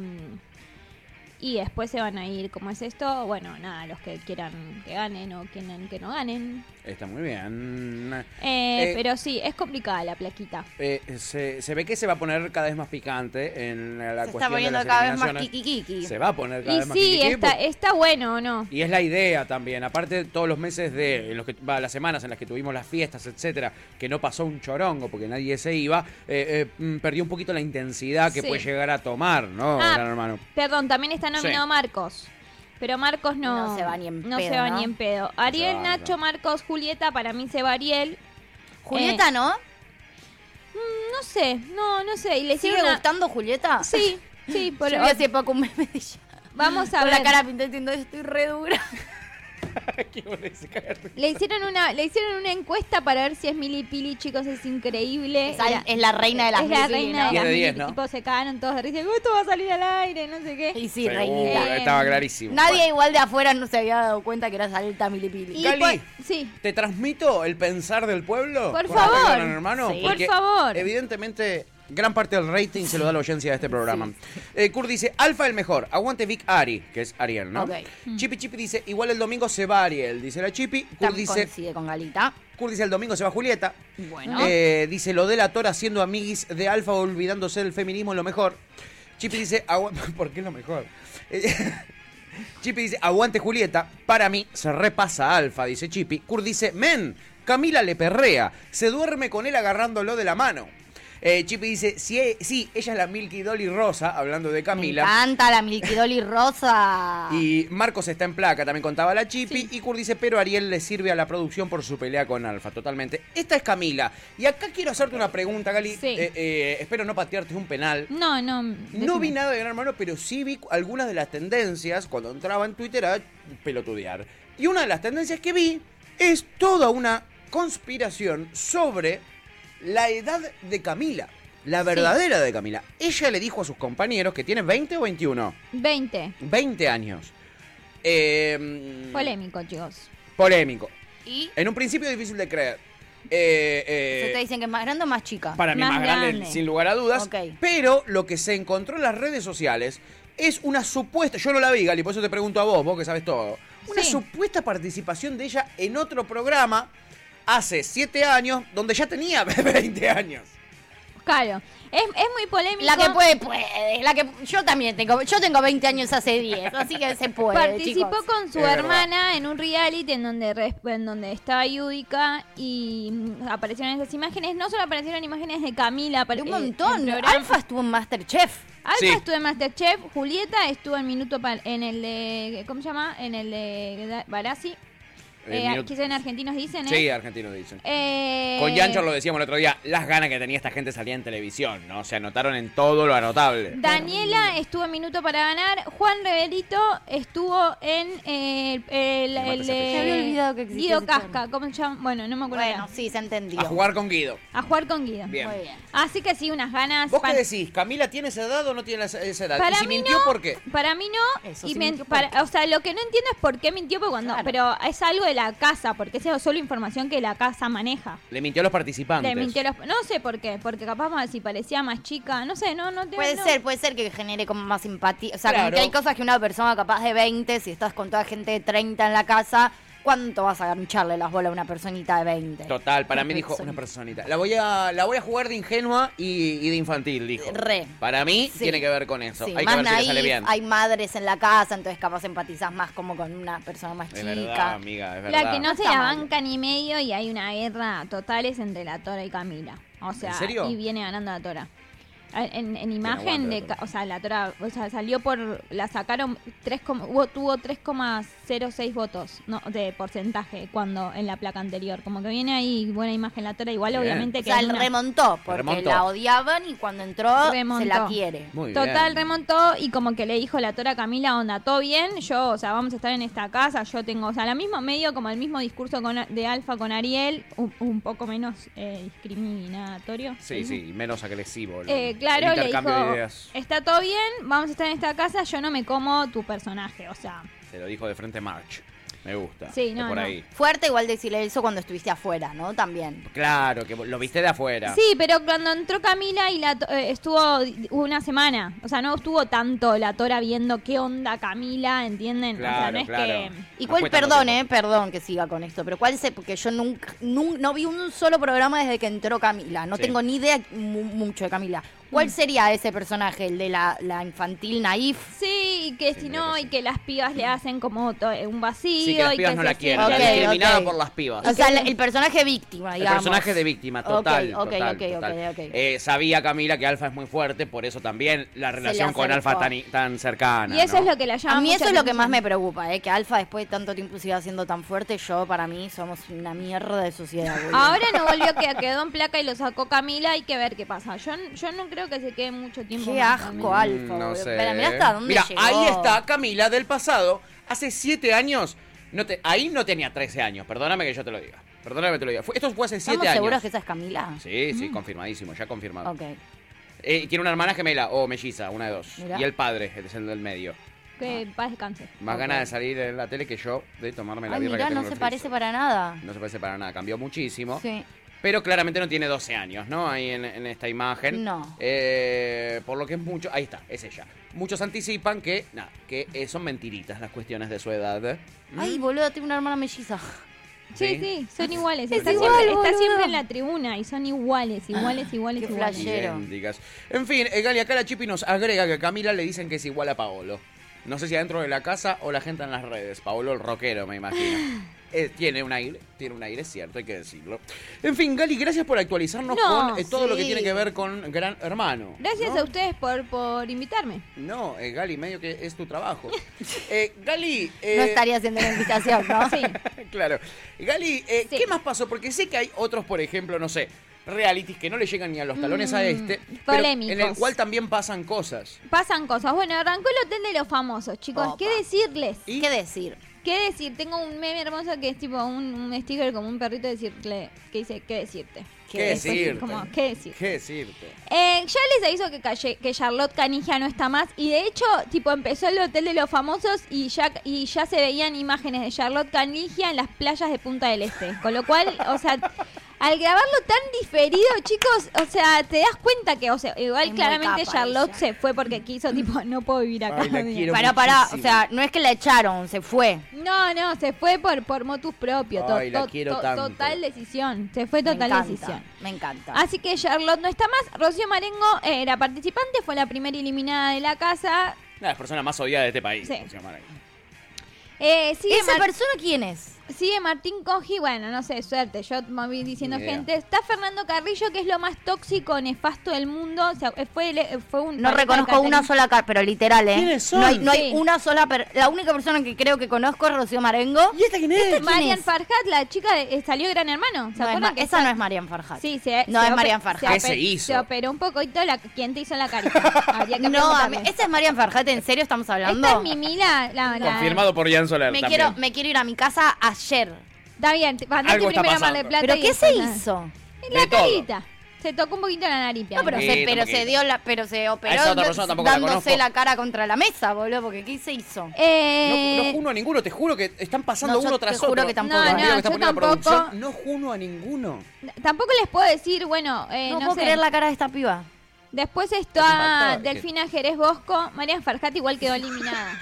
Speaker 4: y después se van a ir. ¿Cómo es esto? Bueno, nada, los que quieran que ganen o quieran que no ganen.
Speaker 2: Está muy bien.
Speaker 4: Eh,
Speaker 2: Eh,
Speaker 4: pero sí, es complicada la plaquita.
Speaker 2: Eh, se, se ve que se va a poner cada vez más picante en la
Speaker 3: Se
Speaker 2: cuestión
Speaker 3: está
Speaker 2: de
Speaker 3: poniendo
Speaker 2: las
Speaker 3: cada vez más
Speaker 2: eliminaciones.
Speaker 3: kikikiki.
Speaker 2: Se va a poner cada
Speaker 4: Y
Speaker 2: vez más
Speaker 4: sí,
Speaker 2: kikiki,
Speaker 4: está,
Speaker 2: porque-
Speaker 4: está bueno o no.
Speaker 2: Y es la idea también, aparte de todos los meses de en los que va, las semanas en las que tuvimos las fiestas, etcétera, que no pasó un chorongo porque nadie se iba, eh, eh, mm, perdió un poquito la intensidad que
Speaker 4: Sí.
Speaker 2: puede llegar a tomar, ¿no?
Speaker 4: Ah,
Speaker 2: gran hermano.
Speaker 4: Perdón, también está nominado
Speaker 2: Sí.
Speaker 4: Marcos. Pero Marcos no,
Speaker 3: No se va ni en
Speaker 4: no
Speaker 3: pedo,
Speaker 4: se va
Speaker 3: ¿no?
Speaker 4: ni en pedo. Ariel,
Speaker 2: va, no.
Speaker 4: Nacho, Marcos, Julieta, para mí se va Ariel.
Speaker 3: Julieta,
Speaker 4: Eh,
Speaker 3: ¿no?
Speaker 4: no sé, no, no sé. Y le
Speaker 3: ¿Le sigue
Speaker 4: una-
Speaker 3: gustando Julieta?
Speaker 4: Sí, sí,
Speaker 3: [LAUGHS]
Speaker 4: por-
Speaker 3: Yo vi hace poco un meme de ella.
Speaker 4: [LAUGHS] vamos a
Speaker 3: Con la
Speaker 4: ver.
Speaker 3: cara pintada diciendo, estoy re dura.
Speaker 4: Le hicieron una, le hicieron una encuesta para ver si es Mili Pili, chicos, [LAUGHS] es increíble.
Speaker 3: Es la-
Speaker 4: Era-
Speaker 3: es la reina de las
Speaker 4: es la
Speaker 3: Mili Pili,
Speaker 4: reina
Speaker 3: ¿no?
Speaker 4: de las
Speaker 2: Diez de
Speaker 4: Mili
Speaker 2: diez,
Speaker 4: Pili.
Speaker 2: ¿no?
Speaker 4: Tipo, se cagaron todos de risa. Esto va a salir al aire, no sé qué.
Speaker 3: Y sí,
Speaker 2: Seguro,
Speaker 3: reinita.
Speaker 2: estaba clarísimo.
Speaker 3: Nadie igual de afuera no se había dado cuenta que eras alta milipili.
Speaker 4: Y
Speaker 2: Cali.
Speaker 4: por- sí.
Speaker 2: ¿Te transmito el pensar del pueblo?
Speaker 4: Por
Speaker 2: Con respecto a
Speaker 4: favor.
Speaker 2: Gran hermano,
Speaker 3: Sí.
Speaker 2: Porque
Speaker 4: Por favor.
Speaker 2: Evidentemente, gran parte del rating se lo da la audiencia de este programa. Eh, Kurt dice, Alfa el mejor, aguante Vic Ari, que es Ariel, ¿no?
Speaker 3: Ok.
Speaker 2: Chipi Chipi dice, igual el domingo se va Ariel, dice la Chipi. Kurt
Speaker 3: También
Speaker 2: dice,
Speaker 3: coincide con Galita.
Speaker 2: Kurt dice, el domingo se va Julieta.
Speaker 3: Bueno.
Speaker 2: Eh, dice, lo de la Tora siendo amiguis de Alfa olvidándose del feminismo es lo mejor. Chipi dice, "Agua- [LAUGHS] ¿por qué es lo mejor? Eh, [LAUGHS] Chipi dice, aguante Julieta, para mí se repasa Alfa, dice Chipi. Kurt dice, men, Camila le perrea, se duerme con él agarrándolo de la mano. Eh, Chipi dice, sí, eh, sí, ella es la Milky Dolly Rosa, hablando de Camila.
Speaker 3: Me encanta la Milky Dolly rosa.
Speaker 2: Y Marcos está en placa, también contaba la Chipi. Y Kurt dice, pero Ariel le sirve a la producción por su pelea con Alfa, totalmente. Esta es Camila. Y acá quiero hacerte una pregunta, Gali.
Speaker 4: Sí.
Speaker 2: Eh, eh, espero no patearte un penal.
Speaker 4: No, no.
Speaker 2: No vi
Speaker 4: decime.
Speaker 2: nada de Gran Hermano, pero sí vi algunas de las tendencias cuando entraba en Twitter a pelotudear. Y una de las tendencias que vi es toda una conspiración sobre la edad de Camila. La verdadera de Camila. Ella le dijo a sus compañeros que tiene 20 o 21.
Speaker 4: 20.
Speaker 2: 20 años. Eh,
Speaker 4: Polémico, chicos.
Speaker 2: polémico.
Speaker 3: Y
Speaker 2: En un principio difícil de creer. Eh, eh,
Speaker 3: se te dicen que es más grande o más chica.
Speaker 2: para mí
Speaker 4: Más
Speaker 2: más, grande,
Speaker 4: grande.
Speaker 2: sin lugar a dudas.
Speaker 3: Ok.
Speaker 2: Pero lo que se encontró en las redes sociales es una supuesta, yo no la vi, Gali, por eso te pregunto a vos, vos que sabes todo. Una
Speaker 4: Sí.
Speaker 2: supuesta participación de ella en otro programa hace 7 años, donde ya tenía [LAUGHS] 20 años.
Speaker 4: Claro. Es, es muy polémico.
Speaker 3: La que puede, puede. La que, yo también tengo. Yo tengo 20 años hace 10, así que se puede.
Speaker 4: Participó
Speaker 3: chicos.
Speaker 4: con su
Speaker 2: Es verdad.
Speaker 4: hermana en un reality en donde, res- en donde estaba Yudica y mm, aparecieron esas imágenes. No solo aparecieron imágenes de Camila,
Speaker 3: De
Speaker 4: apare-
Speaker 3: un
Speaker 4: eh,
Speaker 3: montón.
Speaker 4: en programa-
Speaker 3: Alfa estuvo en Masterchef.
Speaker 4: Alfa
Speaker 2: Sí.
Speaker 4: estuvo en Masterchef, Julieta estuvo en Minuto Pa- en el de. ¿Cómo se llama? En el de Barassi.
Speaker 2: Eh,
Speaker 4: Eh,
Speaker 2: minut-
Speaker 4: quizá en argentinos dicen, ¿eh?
Speaker 2: Sí, argentino dicen.
Speaker 4: Eh,
Speaker 2: Con Yancho lo decíamos el otro día, las ganas que tenía esta gente salía en televisión, ¿no? Se anotaron en todo lo anotable.
Speaker 4: Daniela estuvo en minuto para ganar. Juan Reverito estuvo en eh, el, el-
Speaker 2: Me mata
Speaker 4: el
Speaker 2: ese
Speaker 3: apellido.
Speaker 4: de-
Speaker 3: Me había olvidado que existía
Speaker 4: Guido
Speaker 3: ese chorro.
Speaker 4: Casca. ¿Cómo se llama? Bueno, no me acuerdo.
Speaker 3: Bueno,
Speaker 4: ahora.
Speaker 3: sí, se entendió.
Speaker 2: A jugar con Guido.
Speaker 4: A jugar con Guido.
Speaker 2: Bien.
Speaker 3: Muy bien.
Speaker 4: Así que sí, unas ganas.
Speaker 5: ¿Vos
Speaker 4: pan-
Speaker 5: qué decís? ¿Camila tiene esa edad o no tiene esa esa edad?
Speaker 4: Para
Speaker 5: y si
Speaker 4: mí
Speaker 5: mintió,
Speaker 4: no,
Speaker 5: ¿por qué?
Speaker 4: Para mí no.
Speaker 3: Eso,
Speaker 4: y
Speaker 3: si
Speaker 4: men-
Speaker 3: mintió,
Speaker 4: para-
Speaker 3: ¿por qué?
Speaker 4: o sea, lo que no entiendo es por qué mintió, porque cuando,
Speaker 3: Claro.
Speaker 4: pero es algo de la casa, porque esa es solo información que la casa maneja.
Speaker 2: Le mintió a los participantes.
Speaker 4: Le mintió los- no sé por qué, porque capaz más si parecía más chica, no sé, no, no te-
Speaker 3: Puede
Speaker 4: no.
Speaker 3: ser, puede ser que genere como más simpatía. O sea, como
Speaker 5: Claro.
Speaker 3: que hay cosas que una persona capaz de 20, si estás con toda gente de 30 en la casa, ¿cuánto vas a gancharle las bolas a una personita de 20?
Speaker 2: Total, para
Speaker 3: Una
Speaker 2: mí dijo
Speaker 3: personita.
Speaker 2: una personita. La voy a, la voy a jugar de ingenua y, y de infantil, dijo.
Speaker 3: Re.
Speaker 2: Para mí
Speaker 3: Sí.
Speaker 2: tiene que ver con eso.
Speaker 3: Sí,
Speaker 2: hay que
Speaker 3: más
Speaker 2: ver si le sale
Speaker 3: naif,
Speaker 2: bien.
Speaker 3: Hay madres en la casa, entonces capaz empatizas más como con una persona más
Speaker 2: Es
Speaker 3: chica.
Speaker 2: verdad, amiga, es verdad.
Speaker 4: La que no se
Speaker 3: Está
Speaker 4: la
Speaker 3: mal.
Speaker 4: banca ni medio y hay una guerra total es entre la Tora y Camila. O sea,
Speaker 2: ¿En serio?
Speaker 4: y viene ganando la Tora. A- En, en imagen
Speaker 2: aguante
Speaker 4: de,
Speaker 2: la
Speaker 4: ca-
Speaker 2: Tora.
Speaker 4: o sea, la Tora, o sea, salió por la sacaron tres com- hubo, tuvo 3,06 votos, no, de porcentaje cuando en la placa anterior, como que viene ahí buena imagen la Tora, igual
Speaker 2: Bien.
Speaker 4: obviamente
Speaker 3: O
Speaker 4: que
Speaker 3: sea,
Speaker 4: es
Speaker 3: el
Speaker 4: una-
Speaker 3: remontó, porque
Speaker 2: Remontó.
Speaker 3: la odiaban y cuando entró se la
Speaker 4: Remontó.
Speaker 3: quiere.
Speaker 2: Muy
Speaker 4: Total,
Speaker 2: bien.
Speaker 4: remontó y como que le dijo la tora a Camila, onda, todo bien, yo, o sea, vamos a estar en esta casa, yo tengo, o sea, la misma medio como el mismo discurso con- de Alfa con Ariel, un, un poco menos eh, discriminatorio.
Speaker 2: Sí, sí, menos agresivo. el-
Speaker 4: Eh,
Speaker 2: el
Speaker 4: claro, le dijo, eh.
Speaker 2: intercambio de ideas.
Speaker 4: está todo bien, vamos a estar en esta casa, yo no me como tu personaje, o sea,
Speaker 2: Se lo dijo de frente March. Me gusta.
Speaker 4: Sí,
Speaker 2: Es
Speaker 4: no,
Speaker 2: Por
Speaker 4: no.
Speaker 2: ahí.
Speaker 3: Fuerte igual decirle eso cuando estuviste afuera, ¿no? También.
Speaker 2: Claro, que lo viste de afuera.
Speaker 4: Sí, pero cuando entró Camila y la to- eh, estuvo di- una semana, o sea, no estuvo tanto la Tora viendo qué onda Camila, ¿entienden? o sea,
Speaker 2: Claro,
Speaker 4: no es
Speaker 2: claro.
Speaker 4: que...
Speaker 3: Y
Speaker 2: No
Speaker 3: cuál,
Speaker 2: fue tanto
Speaker 3: perdón, eh,
Speaker 2: tiempo.
Speaker 3: perdón que siga con esto, pero cuál se, porque yo nunca, nun- no vi un solo programa desde que entró Camila, no
Speaker 2: Sí.
Speaker 3: tengo ni idea mu- mucho de Camila. ¿Cuál sería ese personaje, el de la, la infantil naif?
Speaker 4: Sí, y que si
Speaker 2: medio
Speaker 4: no,
Speaker 2: que
Speaker 4: y
Speaker 2: sí.
Speaker 4: que las pibas le hacen como to- eh, un vacío.
Speaker 2: Sí, que las
Speaker 4: y
Speaker 2: pibas no
Speaker 4: se
Speaker 2: la quieren.
Speaker 3: Ok,
Speaker 2: La
Speaker 4: sienten-
Speaker 2: discriminada
Speaker 3: ok.
Speaker 2: por las pibas.
Speaker 3: O sea, el, el personaje víctima,
Speaker 2: El
Speaker 3: digamos.
Speaker 2: personaje de víctima, total.
Speaker 3: Ok, ok,
Speaker 2: total,
Speaker 3: ok, ok,
Speaker 2: total.
Speaker 3: ok.
Speaker 2: Eh, sabía Camila que Alfa es muy fuerte, por eso también la relación con
Speaker 3: acercó.
Speaker 2: Alfa tan, tan cercana.
Speaker 4: Y eso
Speaker 2: ¿no?
Speaker 4: es lo que la llama.
Speaker 3: A mí
Speaker 4: mucho
Speaker 3: eso es lo que
Speaker 4: atención.
Speaker 3: más me preocupa, eh, que Alfa después de tanto tiempo siga siendo tan fuerte, yo para mí somos una mierda de sociedad. boludo.
Speaker 4: Ahora no volvió, que quedó en placa y lo sacó Camila. Hay que ver qué pasa. Yo, n- yo no creo que se quede mucho tiempo.
Speaker 3: Qué
Speaker 4: más,
Speaker 3: asco,
Speaker 4: Camila.
Speaker 3: Alfa.
Speaker 2: Mm, No
Speaker 3: boludo.
Speaker 2: sé.
Speaker 3: Pero mirá hasta dónde
Speaker 2: Mira,
Speaker 3: llegó.
Speaker 2: ahí está Camila del pasado. Hace siete años. No te, ahí no tenía 13 años. Perdóname que yo te lo diga. Perdóname que te lo diga. Fue- esto fue hace
Speaker 3: ¿Estamos
Speaker 2: siete años.
Speaker 3: seguros que esa es Camila?
Speaker 2: Sí, sí, confirmadísimo, ya confirmado.
Speaker 3: Ok.
Speaker 2: Eh, y tiene una hermana gemela o melliza, una de dos.
Speaker 3: Mirá.
Speaker 2: Y el padre, el es el del medio.
Speaker 4: Que paz descanse.
Speaker 2: Más
Speaker 3: Ok.
Speaker 2: ganas de salir en la tele que yo de tomarme la
Speaker 3: Ay,
Speaker 2: birra
Speaker 3: mirá,
Speaker 2: que tengo
Speaker 3: no
Speaker 2: en el
Speaker 3: se
Speaker 2: freezer.
Speaker 3: parece para nada.
Speaker 2: No se parece para nada, cambió muchísimo.
Speaker 3: Sí.
Speaker 2: Pero claramente no tiene 12 años, ¿no? Ahí en, en esta imagen.
Speaker 3: No.
Speaker 2: Eh, por lo que es mucho. Ahí está, es ella. Muchos anticipan que, nada, que eh, son mentiritas las cuestiones de su edad. ¿Mm?
Speaker 3: Ay, boludo, tengo una hermana melliza.
Speaker 4: Sí,
Speaker 2: Sí.
Speaker 4: sí, son iguales.
Speaker 3: Es
Speaker 4: está
Speaker 2: igual,
Speaker 4: siempre, está
Speaker 3: boludo.
Speaker 4: siempre en la tribuna y son iguales, iguales, iguales,
Speaker 3: qué
Speaker 4: iguales.
Speaker 3: flashero.
Speaker 2: Idénticas. En fin, eh, Gali, acá la Chipi nos agrega que a Camila le dicen que es igual a Paolo. No sé si adentro de la casa o la gente en las redes. Paolo el rockero, me imagino. Eh, tiene un aire, tiene un aire, es cierto, hay que decirlo. En fin, Gali, gracias por actualizarnos
Speaker 4: No,
Speaker 2: con eh, todo lo que
Speaker 3: sí.
Speaker 2: tiene que ver con Gran Hermano.
Speaker 4: Gracias
Speaker 2: ¿no?
Speaker 4: a ustedes por, por invitarme.
Speaker 2: No, eh, Gali, medio que es tu trabajo. Eh, Gali, eh,
Speaker 3: No estaría haciendo la invitación, ¿no? Sí.
Speaker 2: [LAUGHS] claro. Gali, eh,
Speaker 4: Sí.
Speaker 2: ¿qué más pasó? Porque sé que hay otros, por ejemplo, no sé, realities que no le llegan ni a los talones a este, pero en el
Speaker 4: polémicos.
Speaker 2: cual también pasan cosas.
Speaker 4: Pasan cosas. Bueno, arrancó el hotel de los famosos, chicos. ¿Qué
Speaker 3: Opa.
Speaker 4: decirles?
Speaker 2: ¿Y?
Speaker 3: ¿Qué decir?
Speaker 4: ¿Qué decir? Tengo un meme hermoso que es tipo un, un sticker como un perrito decirle, que dice, ¿qué decirte?
Speaker 2: ¿Qué,
Speaker 4: Es así
Speaker 2: decirte?
Speaker 4: como, ¿qué decir?
Speaker 2: ¿Qué decirte?
Speaker 4: Eh, ya les aviso que, calle- que Charlotte Canigia no está más y de hecho, tipo, empezó el Hotel de los Famosos y ya, y ya se veían imágenes de Charlotte Canigia en las playas de Punta del Este. Con lo cual, o sea, al grabarlo tan diferido, chicos, o sea, te das cuenta que, o sea, igual
Speaker 3: Es muy
Speaker 4: claramente
Speaker 3: capa
Speaker 4: Charlotte
Speaker 3: ella.
Speaker 4: se fue porque quiso, tipo, no puedo vivir acá.
Speaker 2: Ay, la
Speaker 4: digamos.
Speaker 2: quiero
Speaker 3: Pará, pará. O
Speaker 2: muchísimo.
Speaker 3: sea, no es que la echaron, se fue.
Speaker 4: No, no, se fue por, por motus propio. to-
Speaker 2: Ay, la
Speaker 4: to-
Speaker 2: quiero
Speaker 4: to-
Speaker 2: tanto.
Speaker 4: Total decisión. Se fue
Speaker 3: me
Speaker 4: total
Speaker 3: encanta,
Speaker 4: decisión.
Speaker 3: Me encanta.
Speaker 4: Así que Charlotte no está más. Rocío Marengo eh, era participante, fue la primera eliminada de la casa.
Speaker 2: Una de las personas más odiadas de este país.
Speaker 4: Sí.
Speaker 2: se llama Gali.
Speaker 4: Eh, sigue
Speaker 3: ¿Esa
Speaker 4: Mar-
Speaker 3: persona quién es?
Speaker 4: Sigue Martín Coji, bueno, no sé, suerte, yo me voy diciendo
Speaker 2: Ni idea.
Speaker 4: gente. Está Fernando Carrillo, que es lo más tóxico, nefasto del mundo. O sea, fue, el- fue un...
Speaker 3: No reconozco una sola cara, pero literal, ¿eh?
Speaker 5: ¿Quiénes son?
Speaker 3: No hay, no hay
Speaker 4: Sí.
Speaker 3: una sola. per- la única persona que creo que conozco es Rocío Marengo.
Speaker 5: ¿Y esta quién es?
Speaker 4: Marian Farhat, la chica de- eh, salió de Gran Hermano.
Speaker 3: No
Speaker 4: ¿Se
Speaker 3: es
Speaker 4: acuerdan
Speaker 3: Ma-
Speaker 4: que
Speaker 3: esa no es Marian Farhat.
Speaker 4: Sí, se,
Speaker 3: No
Speaker 4: se
Speaker 3: es
Speaker 4: ope-
Speaker 3: Marian Farhat.
Speaker 2: ¿Qué se
Speaker 4: ope-
Speaker 2: hizo?
Speaker 4: Se operó un poquito la, quién te hizo la carita. Habría que
Speaker 3: No, a mí-
Speaker 4: preguntarle.
Speaker 3: esa es Marian Farhat, ¿en serio estamos hablando?
Speaker 4: Esta es Mimila, la, la-
Speaker 2: Confirmado por Jan Soler
Speaker 3: me,
Speaker 2: también.
Speaker 3: quiero, me quiero ir a mi casa ayer.
Speaker 4: Está bien, te- mandate
Speaker 2: Algo está
Speaker 4: primero a Mar del
Speaker 2: pasando.
Speaker 4: Plata.
Speaker 3: ¿Pero
Speaker 4: y
Speaker 3: qué se
Speaker 4: después nada.
Speaker 3: hizo?
Speaker 4: La
Speaker 2: De todo.
Speaker 4: carita. Se tocó un poquito la nariz.
Speaker 3: No, pero,
Speaker 4: Piano.
Speaker 3: se,
Speaker 2: Poquito,
Speaker 3: pero se
Speaker 2: poquito.
Speaker 3: dio la, pero se operó
Speaker 2: esa otra persona tampoco la
Speaker 3: dándose
Speaker 2: conozco.
Speaker 3: la, cara contra la mesa, boludo, porque ¿qué se hizo?
Speaker 4: Eh,
Speaker 5: No, no juro a ninguno, te juro que están pasando
Speaker 3: No, yo
Speaker 5: uno tras
Speaker 3: te
Speaker 5: otro.
Speaker 3: juro que tampoco.
Speaker 4: No,
Speaker 5: Te
Speaker 4: no,
Speaker 5: digo que está
Speaker 4: yo
Speaker 5: poniendo la
Speaker 4: tampoco.
Speaker 5: producción, No juno a ninguno.
Speaker 4: Tampoco les puedo decir, bueno, eh,
Speaker 3: no,
Speaker 4: no,
Speaker 3: puedo
Speaker 4: sé.
Speaker 3: creer la cara de esta piba.
Speaker 4: Después
Speaker 2: Es
Speaker 4: está
Speaker 2: impactante.
Speaker 4: Delfina Jerez Bosco, Marian Farjat igual quedó eliminada.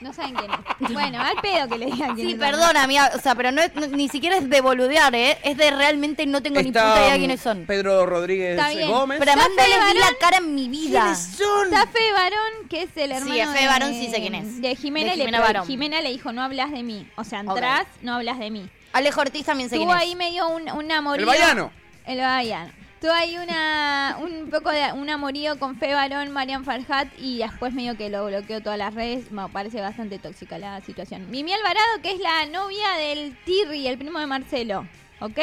Speaker 4: No saben quién es. Bueno, al pedo que le digan quién
Speaker 3: Sí,
Speaker 4: es.
Speaker 3: perdona, amiga. O sea, pero no, es- no- ni siquiera es de boludear, ¿eh? Es de realmente no tengo ni puta idea quiénes son. Pero,
Speaker 5: Pedro Rodríguez
Speaker 4: Está bien.
Speaker 5: Gómez.
Speaker 3: además no
Speaker 4: Fede
Speaker 3: les vi la
Speaker 4: Barón.
Speaker 3: cara en mi vida.
Speaker 5: ¿Quiénes son?
Speaker 4: Está Fede Barón, que es el hermano
Speaker 3: Sí, a Fede
Speaker 4: de-
Speaker 3: Barón sí sé quién es.
Speaker 4: De Jimena,
Speaker 3: De
Speaker 4: y le-
Speaker 3: Jimena Barón.
Speaker 4: Jimena le dijo, no hablas de mí. O sea, entras, no hablas de mí.
Speaker 3: Alejo Ortiz también se
Speaker 4: Tuvo ahí medio un, un amorío.
Speaker 5: El Baiano.
Speaker 4: El Baiano. Tuvo ahí una, un poco de un amorío con Fe Barón, Marian Farhat y después medio que lo bloqueó todas las redes. Me parece bastante tóxica la situación. Mimi Alvarado, que es la novia del Tirri, el primo de Marcelo. ¿Ok?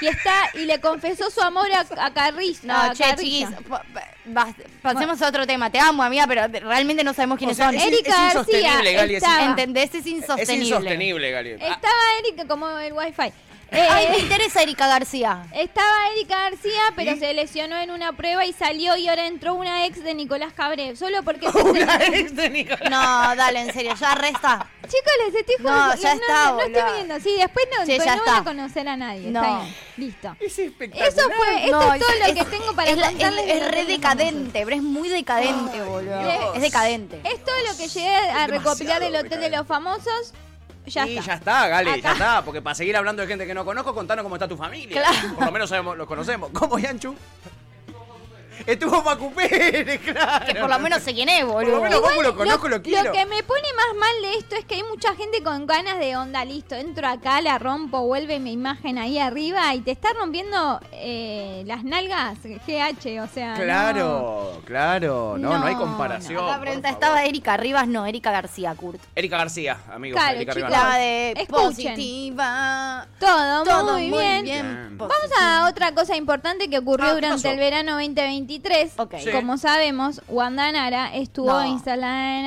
Speaker 4: Y está, y le confesó su amor a, a Carriz-
Speaker 3: No,
Speaker 4: a
Speaker 3: che,
Speaker 4: Carrillo.
Speaker 3: chiquis, pa- pa- bas- pasemos a otro tema. Te amo, amiga, pero de- realmente no sabemos quiénes
Speaker 5: O sea,
Speaker 3: son.
Speaker 5: es-
Speaker 3: Eric,
Speaker 4: Erika García
Speaker 2: insostenible, Gali, es
Speaker 4: estaba,
Speaker 3: ¿entendés? Es
Speaker 2: Es
Speaker 3: insostenible.
Speaker 2: insostenible, Gali. Ah, [LAUGHS]
Speaker 4: estaba Erika como el wifi. Eh,
Speaker 3: Ay, me interesa Erika García.
Speaker 4: Estaba Erika García, pero se lesionó en una prueba y salió y ahora entró una ex de Nicolás Cabré, solo porque... se-
Speaker 5: Una ex de Nicolás.
Speaker 3: No, dale, en serio, ya resta.
Speaker 4: Chicos, les estoy
Speaker 3: No,
Speaker 4: jodiendo.
Speaker 3: ya está,
Speaker 4: no, estoy
Speaker 3: boluda.
Speaker 4: viendo. Sí, después no,
Speaker 3: Sí,
Speaker 4: pero
Speaker 3: ya
Speaker 4: no van a
Speaker 3: está.
Speaker 4: conocer a nadie.
Speaker 3: No.
Speaker 4: Está bien.
Speaker 2: [LAUGHS]
Speaker 4: Listo.
Speaker 5: Es espectacular.
Speaker 4: Eso fue, esto
Speaker 3: No,
Speaker 4: es todo lo que tengo para
Speaker 3: es, la-
Speaker 4: contarles. de
Speaker 3: es- es re
Speaker 4: Noticias Famosas.
Speaker 3: decadente, pero es muy decadente, boludo.
Speaker 4: Dios.
Speaker 3: Es decadente.
Speaker 4: Es todo lo que llegué a recopilar del Hotel de los Famosos. Ya
Speaker 2: y
Speaker 4: está.
Speaker 2: ya está, Gali,
Speaker 4: Acá.
Speaker 2: ya está. Porque para seguir hablando de gente que no conozco, contanos cómo está tu familia.
Speaker 3: Claro.
Speaker 2: Por lo menos sabemos, los conocemos. ¿Cómo, Yanchu? Estuvo Pacu Pérez, [LAUGHS] claro.
Speaker 3: Que por lo menos sé quién es,
Speaker 2: Por lo
Speaker 3: boludo.
Speaker 2: menos
Speaker 4: Igual
Speaker 2: vos lo conozco, lo, quiero.
Speaker 4: que me pone más mal de esto es que hay mucha gente con ganas de onda, listo, entro acá, la rompo, vuelve mi imagen ahí arriba y te está rompiendo eh, las nalgas, GH, o sea. no.
Speaker 2: Claro, claro. No, no, hay
Speaker 4: No,
Speaker 2: comparación.
Speaker 3: La
Speaker 2: por
Speaker 3: pregunta
Speaker 2: favor.
Speaker 3: estaba Erika Rivas, no, Erika García, Kurt.
Speaker 2: Erika García, amigo.
Speaker 4: Claro,
Speaker 2: Erika
Speaker 4: chicos.
Speaker 2: Rivas.
Speaker 3: La de
Speaker 4: Escuchen.
Speaker 3: positiva.
Speaker 4: Todo,
Speaker 3: Todo
Speaker 4: muy, bien.
Speaker 2: Bien.
Speaker 4: Vamos a otra cosa importante que ocurrió
Speaker 2: Ah, ¿qué
Speaker 4: durante
Speaker 2: pasó?
Speaker 4: el verano 2023.
Speaker 3: Ok. Sí.
Speaker 4: Como sabemos, Wanda Nara estuvo
Speaker 3: No.
Speaker 4: instalada en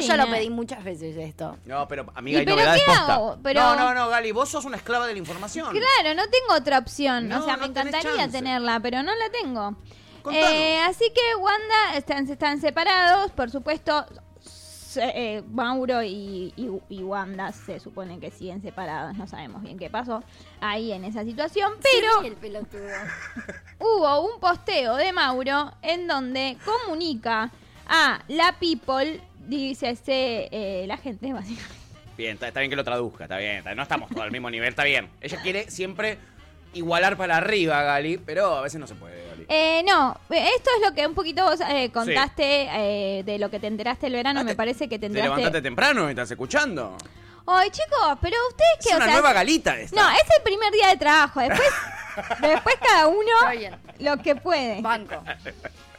Speaker 3: Yo ya lo pedí muchas veces esto.
Speaker 2: No, pero amiga,
Speaker 4: ¿Y
Speaker 2: hay
Speaker 4: pero
Speaker 2: novedades
Speaker 4: qué
Speaker 2: posta.
Speaker 4: hago? Pero-
Speaker 2: No, no, no, Gali, vos sos una esclava de la información.
Speaker 4: Claro, no tengo otra opción.
Speaker 2: No,
Speaker 4: o sea,
Speaker 2: no
Speaker 4: me
Speaker 2: tenés
Speaker 4: encantaría
Speaker 2: chance.
Speaker 4: tenerla, pero no la tengo.
Speaker 2: Contanos.
Speaker 4: Eh, así que Wanda, están, están separados, por supuesto. se- eh, Mauro y, y- y Wanda se supone que siguen separados, no sabemos bien qué pasó ahí en esa situación, pero
Speaker 3: el pelotudo.
Speaker 4: hubo un posteo de Mauro en donde comunica a la people, dice eh, la gente básicamente.
Speaker 2: Bien, está, está bien que lo traduzca, está bien. está- no estamos todos al mismo nivel, está bien. Ella quiere siempre igualar para arriba, Gali, pero a veces no se puede, Gali.
Speaker 4: Eh, no, esto es lo que un poquito vos eh, contaste eh, de lo que te enteraste el verano,
Speaker 2: Ah,
Speaker 4: me
Speaker 2: te-
Speaker 4: parece que te
Speaker 2: Te
Speaker 4: enteraste.
Speaker 2: levantaste temprano, me estás escuchando.
Speaker 4: Ay, chicos, pero ustedes que...
Speaker 2: Es una nueva galita esta.
Speaker 4: No, eh, es el primer día de trabajo, después,
Speaker 2: [LAUGHS]
Speaker 4: después cada
Speaker 3: Está
Speaker 4: uno
Speaker 3: bien.
Speaker 4: lo que puede. [LAUGHS]
Speaker 3: Banco.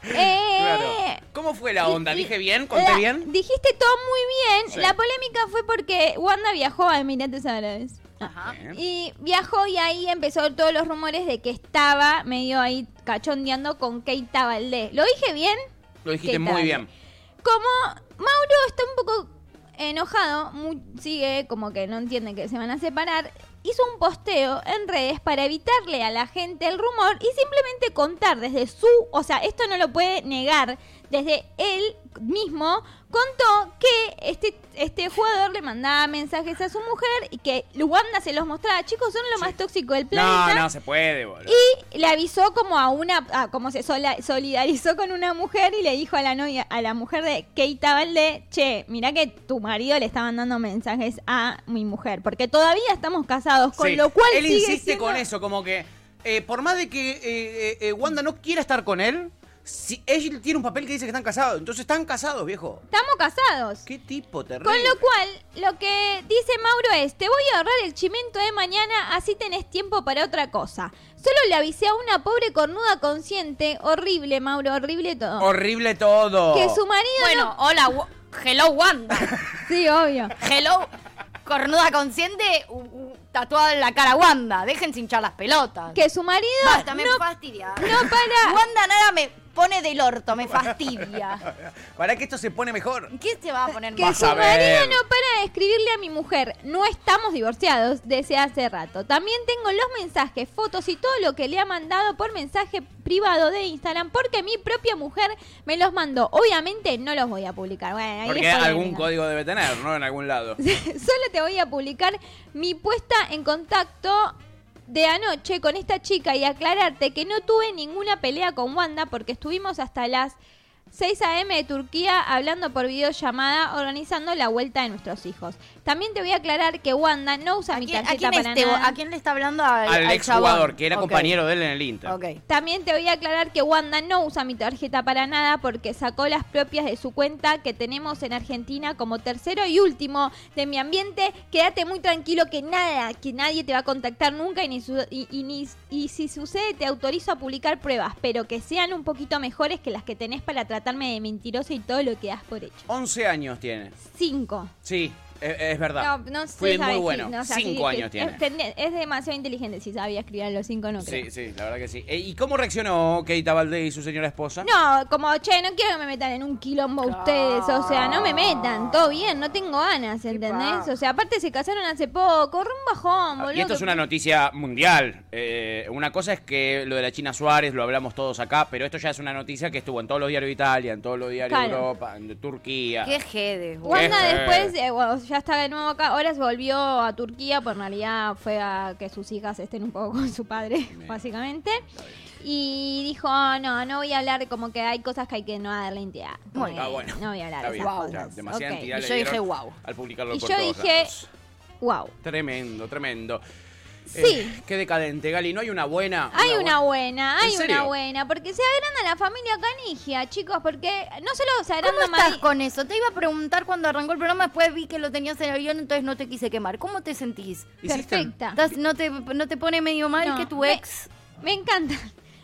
Speaker 4: Eh,
Speaker 2: Claro. ¿Cómo fue la onda?
Speaker 4: di-
Speaker 2: ¿Dije bien? ¿Conté
Speaker 4: la-
Speaker 2: bien?
Speaker 4: Dijiste todo muy bien.
Speaker 2: Sí.
Speaker 4: La polémica fue porque Wanda viajó a Emirates Árabes.
Speaker 3: Ajá.
Speaker 2: Bien.
Speaker 4: Y viajó y ahí empezó todos los rumores de que estaba medio ahí cachondeando con Keita Valdés. ¿Lo dije bien?
Speaker 2: Lo dijiste
Speaker 4: ¿Qué
Speaker 2: muy
Speaker 4: tal?
Speaker 2: bien.
Speaker 4: Como Mauro está un poco enojado, mu- sigue como que no entiende que se van a separar, hizo un posteo en redes para evitarle a la gente el rumor y simplemente contar desde su, o sea, esto no lo puede negar, desde él mismo contó que este, este jugador le mandaba mensajes a su mujer y que Luanda se los mostraba, chicos, son lo más tóxico del planeta.
Speaker 2: No, no se puede, boludo.
Speaker 4: Y le avisó como a una, a- como se sola- solidarizó con una mujer y le dijo a la novia, a la mujer de Keita Valdé, che, mirá que tu marido le está mandando mensajes a mi mujer, porque todavía estamos casados, con
Speaker 2: Sí.
Speaker 4: lo cual
Speaker 2: Él
Speaker 4: sigue
Speaker 2: insiste
Speaker 4: siendo-
Speaker 2: con eso, como que eh, por más de que eh, eh, eh, Wanda no quiera estar con él,
Speaker 5: Si él tiene un papel que dice que están casados, entonces están casados, viejo.
Speaker 4: Estamos casados.
Speaker 5: ¿Qué tipo terrible?
Speaker 4: Con lo cual, lo que dice Mauro es, te voy a ahorrar el chimento de mañana, así tenés tiempo para otra cosa. Solo le avisé a una pobre cornuda consciente, horrible, Mauro, horrible todo.
Speaker 5: Horrible todo.
Speaker 4: que su marido
Speaker 3: Bueno,
Speaker 4: no-
Speaker 3: hola, Wa- hello Wanda.
Speaker 4: Sí, obvio.
Speaker 3: Hello, cornuda consciente, u- u- tatuada en la cara Wanda. Dejen sin hinchar las pelotas.
Speaker 4: Que su marido
Speaker 3: Basta, me
Speaker 4: no,
Speaker 3: fastidia.
Speaker 4: no para...
Speaker 3: Wanda Nara me pone del orto, me fastidia.
Speaker 4: [LAUGHS]
Speaker 5: Para que esto se pone mejor.
Speaker 3: ¿Qué te va a poner
Speaker 4: Que
Speaker 3: más?
Speaker 4: su
Speaker 2: a
Speaker 4: marido
Speaker 2: ver.
Speaker 4: no para de escribirle a mi mujer, no estamos divorciados, desde hace rato. También tengo los mensajes, fotos y todo lo que le ha mandado por mensaje privado de Instagram, porque mi propia mujer me los mandó. Obviamente no los voy a publicar. Bueno, ahí
Speaker 2: Porque
Speaker 4: es polémica.
Speaker 2: algún código debe tener, ¿no? En algún lado.
Speaker 4: [LAUGHS] Solo te voy a publicar mi puesta en contacto de anoche con esta chica y aclararte que no tuve ninguna pelea con Wanda porque estuvimos hasta las 6 a.m. de Turquía hablando por videollamada organizando la vuelta de nuestros hijos. También te voy a aclarar que Wanda no usa
Speaker 3: ¿A
Speaker 4: mi
Speaker 3: quién, a
Speaker 4: tarjeta
Speaker 3: quién
Speaker 4: para
Speaker 3: este-
Speaker 4: nada.
Speaker 3: a quién le está hablando? Al,
Speaker 2: Al
Speaker 3: al
Speaker 2: ex jugador,
Speaker 3: chabón.
Speaker 2: que era
Speaker 3: Ok,
Speaker 2: compañero de él en el Inter.
Speaker 3: Ok.
Speaker 4: También te voy a aclarar que Wanda no usa mi tarjeta para nada porque sacó las propias de su cuenta que tenemos en Argentina como tercero y último de mi ambiente. Quédate muy tranquilo que nada, que nadie te va a contactar nunca y, ni su- y- y ni- y si sucede te autorizo a publicar pruebas, pero que sean un poquito mejores que las que tenés para tratarme de mentirosa y todo lo que das por hecho.
Speaker 2: 11 años tiene.
Speaker 4: Cinco.
Speaker 2: Sí, es, es verdad.
Speaker 4: No, no sé.
Speaker 2: Ah, Fue
Speaker 4: sabe
Speaker 2: muy
Speaker 4: si-
Speaker 2: bueno.
Speaker 4: no sé,
Speaker 2: 5
Speaker 4: así que-
Speaker 2: años tiene.
Speaker 4: Es, este tende- es demasiado inteligente si sabía escribir a los cinco, no creo.
Speaker 2: Sí, sí, la verdad que sí. Eh, ¿Y cómo reaccionó Keita Valdés y su señora esposa?
Speaker 4: No, como, che, no quiero que me metan en un quilombo ustedes, o sea, no me metan, todo bien, no tengo ganas, ¿entendés? O sea, aparte se casaron hace poco, re un bajón, boludo.
Speaker 2: Ah, Y esto es
Speaker 4: que-
Speaker 2: una noticia mundial. Eh, una cosa es que lo de la China Suárez lo hablamos todos acá, pero esto ya es una noticia que estuvo en todos los diarios de Italia, en todos los diarios de
Speaker 4: Claro.
Speaker 2: Europa, en Turquía.
Speaker 3: Qué jedes, güey.
Speaker 4: Wanda
Speaker 2: Qué
Speaker 4: después, eh, bueno, ya está de nuevo acá, ahora se volvió a Turquía, pues en realidad fue a que sus hijas estén un poco con su padre, básicamente. Y dijo, no, no voy a hablar, como que hay cosas que hay que no darle entidad.
Speaker 3: Muy
Speaker 4: Eh,
Speaker 2: Ah, bueno.
Speaker 4: No voy a hablar
Speaker 2: Está
Speaker 4: de
Speaker 2: bien,
Speaker 4: esas
Speaker 2: ya,
Speaker 4: cosas.
Speaker 2: demasiada
Speaker 4: Ok.
Speaker 2: entidad
Speaker 3: Y
Speaker 2: le
Speaker 3: yo dije,
Speaker 2: dieron
Speaker 3: "Guau".
Speaker 2: Al publicarlo
Speaker 4: Y
Speaker 2: por
Speaker 4: yo
Speaker 2: todos
Speaker 4: dije, [LAUGHS]
Speaker 2: lados.
Speaker 4: wow.
Speaker 2: Tremendo, tremendo. Eh,
Speaker 4: Sí.
Speaker 2: qué decadente, Gali. ¿No hay una buena?
Speaker 4: Hay una buena,
Speaker 2: ¿En
Speaker 4: hay una
Speaker 2: serio?
Speaker 4: buena, porque se agranda la familia Canigia, chicos, porque no solo se
Speaker 3: ¿Cómo
Speaker 4: agranda
Speaker 3: estás
Speaker 4: Mari-
Speaker 3: con eso? Te iba a preguntar cuando arrancó el programa, después vi que lo tenías en el avión, entonces no te quise quemar. ¿Cómo te sentís?
Speaker 2: ¿Hiciste?
Speaker 4: perfecta.
Speaker 3: ¿Estás- no, te, ¿No te pone medio mal
Speaker 4: No,
Speaker 3: que tu
Speaker 4: me-
Speaker 3: ex?
Speaker 4: Me, encantan.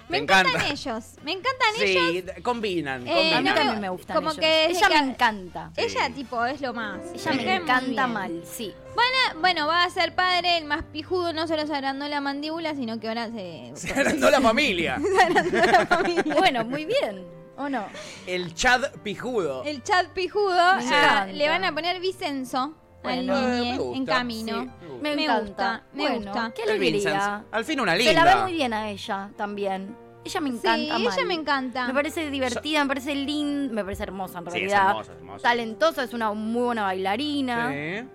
Speaker 4: Me
Speaker 2: Te
Speaker 4: encantan
Speaker 2: encanta.
Speaker 4: ellos. Me encantan ellos.
Speaker 2: Sí, d- combinan.
Speaker 4: Eh,
Speaker 2: combinan.
Speaker 3: A mí
Speaker 2: [LAUGHS]
Speaker 4: no
Speaker 3: también me gustan
Speaker 4: como
Speaker 3: ellos.
Speaker 4: que desde
Speaker 3: Ella
Speaker 4: que-
Speaker 3: me encanta.
Speaker 4: Ella tipo es lo más.
Speaker 3: Ella
Speaker 2: Sí.
Speaker 3: me
Speaker 4: cae muy
Speaker 3: encanta
Speaker 4: bien.
Speaker 3: mal,
Speaker 4: [LAUGHS]
Speaker 3: sí.
Speaker 4: Van a- bueno, va a ser padre, el más pijudo, no solo se agrandó la mandíbula, sino que ahora
Speaker 2: [LAUGHS]
Speaker 4: se...
Speaker 2: Se agrandó la
Speaker 4: [LAUGHS]
Speaker 2: familia.
Speaker 3: Bueno, muy bien. ¿O no?
Speaker 2: El Chad pijudo.
Speaker 4: El chat pijudo
Speaker 3: Me
Speaker 4: ah,
Speaker 3: encanta.
Speaker 4: le van a poner Vicenzo
Speaker 3: Bueno.
Speaker 4: al
Speaker 2: Eh, me
Speaker 4: niñe en
Speaker 2: gusta,
Speaker 4: camino.
Speaker 2: sí, me gusta.
Speaker 3: Me,
Speaker 4: Me
Speaker 3: encanta.
Speaker 4: gusta, me
Speaker 3: Bueno,
Speaker 4: gusta.
Speaker 3: Qué
Speaker 2: El
Speaker 3: alegría.
Speaker 2: Vincent. Al fin una linda.
Speaker 3: Se la ve muy bien a ella también. Ella me encanta.
Speaker 4: Sí, ella
Speaker 3: mal.
Speaker 4: me encanta.
Speaker 3: Me parece divertida, me parece linda, me parece hermosa en
Speaker 2: Sí, es
Speaker 3: realidad.
Speaker 2: hermosa, es hermosa.
Speaker 3: Talentosa, es una muy buena bailarina.
Speaker 2: Sí.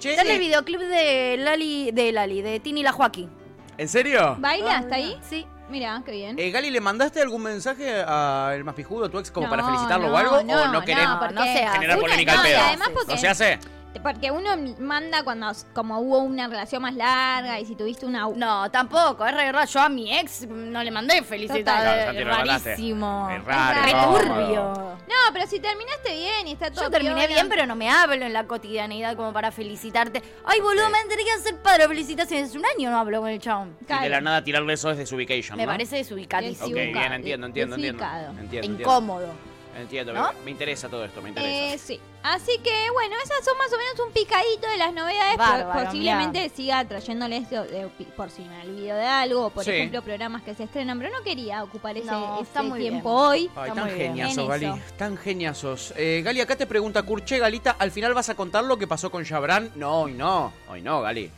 Speaker 2: Che, eh,
Speaker 3: Dale el videoclip de Lali, de Lali, de Tini la Joaquín.
Speaker 2: ¿En serio?
Speaker 3: Ah,
Speaker 4: ¿Baila hasta ahí?
Speaker 3: Sí.
Speaker 4: Mira, qué bien.
Speaker 2: Eh, Gali, ¿le mandaste algún mensaje al más pijudo, tu ex, como para
Speaker 4: No,
Speaker 2: felicitarlo
Speaker 4: no,
Speaker 2: o algo? ¿O
Speaker 4: no,
Speaker 2: no querés
Speaker 4: no, porque
Speaker 3: no se hace.
Speaker 2: generar
Speaker 4: Una-
Speaker 2: polémica
Speaker 4: no,
Speaker 2: al
Speaker 4: y
Speaker 2: pedo?
Speaker 4: además porque-
Speaker 2: ¿No se hace?
Speaker 4: Porque uno manda cuando como hubo una relación más larga y si tuviste una
Speaker 3: No, tampoco, es re raro. Yo a mi ex no le mandé
Speaker 2: Claro,
Speaker 3: felicidades.
Speaker 2: Santi, no le mandaste.
Speaker 3: rarísimo.
Speaker 2: Es raro,
Speaker 4: Es
Speaker 2: no,
Speaker 3: Returbio.
Speaker 4: No, pero si terminaste bien y está todo
Speaker 3: Yo terminé
Speaker 4: piola.
Speaker 3: bien, pero no me hablo en la cotidianidad como para felicitarte. Ay, boludo, me tendría que hacer padre felicitaciones. Un año no hablo con el chabón.
Speaker 2: Y de
Speaker 4: Claro.
Speaker 2: la nada tirarle eso es desubication,
Speaker 3: Me
Speaker 2: ¿no?
Speaker 3: parece desubicadísimo.
Speaker 2: Ok,
Speaker 4: desubicado,
Speaker 2: bien, entiendo, entiendo, entiendo.
Speaker 4: desubicado.
Speaker 2: Entiendo, entiendo.
Speaker 3: Incómodo.
Speaker 2: Entiendo,
Speaker 3: ¿No?
Speaker 2: me interesa todo esto, me interesa.
Speaker 4: Eh, sí. Así que bueno, esas son más o menos un picadito de las novedades. pero
Speaker 3: Bárbaro,
Speaker 4: posiblemente siga trayéndoles de- de- por si me olvido de algo, por
Speaker 2: Sí.
Speaker 4: ejemplo, programas que se estrenan, pero no quería ocupar ese,
Speaker 3: No,
Speaker 4: ese
Speaker 3: está muy
Speaker 4: tiempo hoy.
Speaker 2: Ay,
Speaker 3: Está
Speaker 2: tan
Speaker 3: muy bien.
Speaker 2: geniazos,
Speaker 4: En
Speaker 2: Gali. Tan geniazos. Eh, Gali, acá te pregunta Curche, Galita, ¿al final vas a contar lo que pasó con Jabran? No, hoy no. Hoy no, Gali.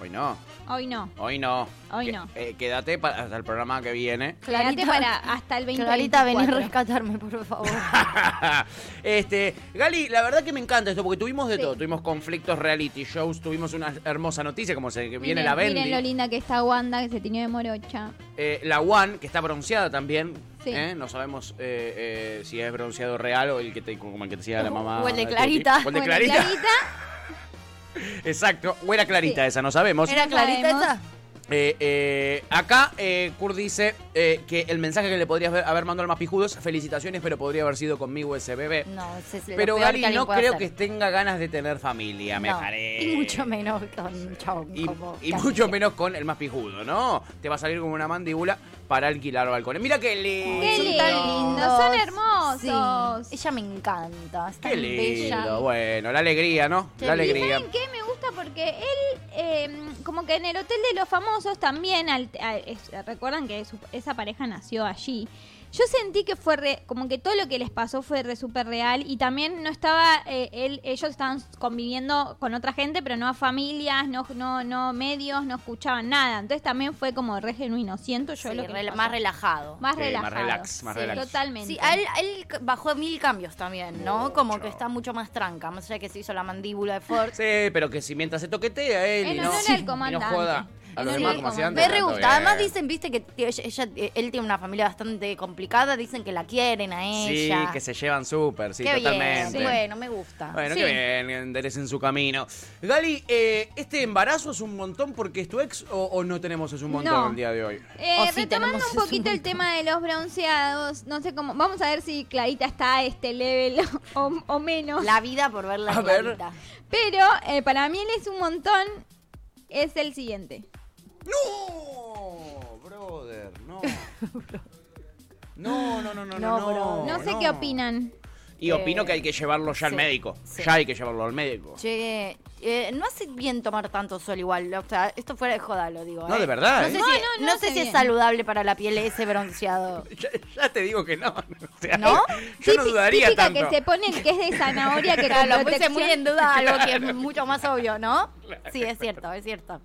Speaker 2: Hoy no.
Speaker 4: Hoy no.
Speaker 2: Hoy no.
Speaker 4: Hoy
Speaker 2: Que-
Speaker 4: no.
Speaker 2: eh, quédate para, hasta el programa que viene. [LAUGHS]
Speaker 4: Quédate para hasta el 20.
Speaker 3: Clarita, vení a rescatarme, por [LAUGHS] favor.
Speaker 2: este, Gali, la verdad que me encanta esto porque tuvimos de
Speaker 4: Sí.
Speaker 2: todo. Tuvimos conflictos, reality shows, tuvimos una hermosa noticia como se que viene
Speaker 4: miren,
Speaker 2: la Bendy.
Speaker 4: Miren lo linda que está Wanda, que se tiñó de morocha.
Speaker 2: Eh, la One, que está bronceada también.
Speaker 4: Sí.
Speaker 2: ¿eh? No sabemos eh, eh, si es bronceado real o el que te, como el que te decía la mamá.
Speaker 3: O el de
Speaker 2: Tuti.
Speaker 3: Clarita.
Speaker 2: O el de
Speaker 4: Bueno,
Speaker 2: Clarita. [LAUGHS] Exacto. O era Clarita
Speaker 4: Sí.
Speaker 2: esa, no sabemos.
Speaker 3: ¿Era
Speaker 4: No
Speaker 3: Clarita
Speaker 4: sabemos.
Speaker 3: esa?
Speaker 2: Eh, eh, acá eh, Kurt dice eh, que el mensaje que le podrías haber- haber mandado al más pijudo es felicitaciones, pero podría haber sido conmigo ese bebé.
Speaker 3: No, ese es lo
Speaker 2: pero
Speaker 3: Mm, peor
Speaker 2: Gary
Speaker 3: que alguien
Speaker 2: no
Speaker 3: puede
Speaker 2: creo
Speaker 3: hacer.
Speaker 2: que tenga ganas de tener familia, me
Speaker 3: No,
Speaker 2: parece.
Speaker 3: Y mucho menos con un chabón
Speaker 2: Y,
Speaker 3: como
Speaker 2: y
Speaker 3: Cacique.
Speaker 2: mucho menos con el más pijudo, ¿no? Te va a salir como una mandíbula para alquilar balcones. Mira qué lindo.
Speaker 4: Qué
Speaker 3: Son
Speaker 4: lindo.
Speaker 3: tan lindos.
Speaker 4: son hermosos.
Speaker 3: Sí. Ella me encanta. Es
Speaker 2: Qué
Speaker 3: tan
Speaker 2: lindo.
Speaker 3: bella.
Speaker 2: Bueno, la alegría, ¿no?
Speaker 3: Qué
Speaker 2: la
Speaker 3: lindo.
Speaker 4: ¿Y
Speaker 2: alegría.
Speaker 4: saben qué? Me gusta porque él, eh, como que en el Hotel de los Famosos también, al- a- es- recuerdan que su- esa pareja nació allí. Yo sentí que fue re- como que todo lo que les pasó fue re súper real y también no estaba, eh, él, ellos estaban conviviendo con otra gente, pero no a familias, no, no, no medios, no escuchaban nada. Entonces también fue como re genuino. Siento yo
Speaker 3: Sí,
Speaker 4: lo que
Speaker 3: rela-
Speaker 4: les pasó.
Speaker 3: más relajado.
Speaker 4: Más
Speaker 2: Sí, más
Speaker 4: relajado.
Speaker 2: relax, más
Speaker 4: Sí,
Speaker 2: relax.
Speaker 4: Totalmente.
Speaker 3: Sí, a él, a él bajó mil cambios también, ¿no? Como que está mucho más tranca, más allá de que se hizo la mandíbula de Ford.
Speaker 2: Sí, pero que si mientras se toquetea él y
Speaker 4: En
Speaker 2: no,
Speaker 4: honor
Speaker 2: y
Speaker 4: al
Speaker 2: no
Speaker 4: comandante.
Speaker 2: joda a los
Speaker 3: Sí,
Speaker 2: demás como hacía [LAUGHS] antes.
Speaker 3: me re
Speaker 2: está todo
Speaker 3: gusta. Además
Speaker 2: bien.
Speaker 3: dicen, viste, que t- ella- ella- eh, él tiene una familia bastante complicada. Dicen que la quieren a
Speaker 2: Sí,
Speaker 3: ella.
Speaker 2: que se llevan súper, sí,
Speaker 3: Qué
Speaker 2: totalmente.
Speaker 3: bien. Bueno, me gusta.
Speaker 2: Bueno,
Speaker 4: Sí.
Speaker 2: qué bien, enderecen su camino. Gali, eh, ¿este embarazo es un montón porque es tu ex o, o no tenemos es un montón
Speaker 4: No.
Speaker 2: el día de hoy?
Speaker 4: Eh,
Speaker 3: O sí,
Speaker 4: retomando
Speaker 3: [LAUGHS] tenemos
Speaker 4: un poquito
Speaker 3: un
Speaker 4: el tema de los bronceados, no sé cómo. Vamos a ver si Clarita está a este level [LAUGHS] o, o menos.
Speaker 3: La vida por verla
Speaker 2: [LAUGHS] A ver.
Speaker 3: clarita.
Speaker 4: Pero eh, para mí él es un montón. Es el siguiente.
Speaker 2: No, brother,
Speaker 3: [LAUGHS]
Speaker 2: no. No, no, no, no,
Speaker 3: Oh, No,
Speaker 2: no.
Speaker 3: bro.
Speaker 4: No sé qué opinan.
Speaker 2: Y opino que hay que llevarlo ya al
Speaker 3: sí,
Speaker 2: médico.
Speaker 3: sí.
Speaker 2: Ya hay que llevarlo al médico.
Speaker 3: Che, eh, no hace bien tomar tanto sol igual. O sea, esto fuera de joda, lo digo.
Speaker 2: No,
Speaker 3: ¿eh?
Speaker 2: de verdad,
Speaker 3: No
Speaker 2: ¿eh?
Speaker 3: sé,
Speaker 4: No,
Speaker 3: si,
Speaker 4: no, no
Speaker 3: no sé
Speaker 4: hace
Speaker 3: si es
Speaker 4: bien.
Speaker 3: saludable para la piel ese bronceado.
Speaker 2: Ya, ya te digo que no. [LAUGHS] o sea,
Speaker 3: ¿No?
Speaker 2: Yo no
Speaker 4: Típi-
Speaker 2: dudaría
Speaker 4: típica
Speaker 2: tanto.
Speaker 4: que se pone el que es de
Speaker 3: [LAUGHS]
Speaker 4: zanahoria [LAUGHS] que
Speaker 3: Claro,
Speaker 4: con
Speaker 3: lo puse
Speaker 4: protección-
Speaker 3: muy en duda algo que es mucho más obvio, ¿no?
Speaker 2: [LAUGHS]
Speaker 3: Sí, es cierto, es cierto.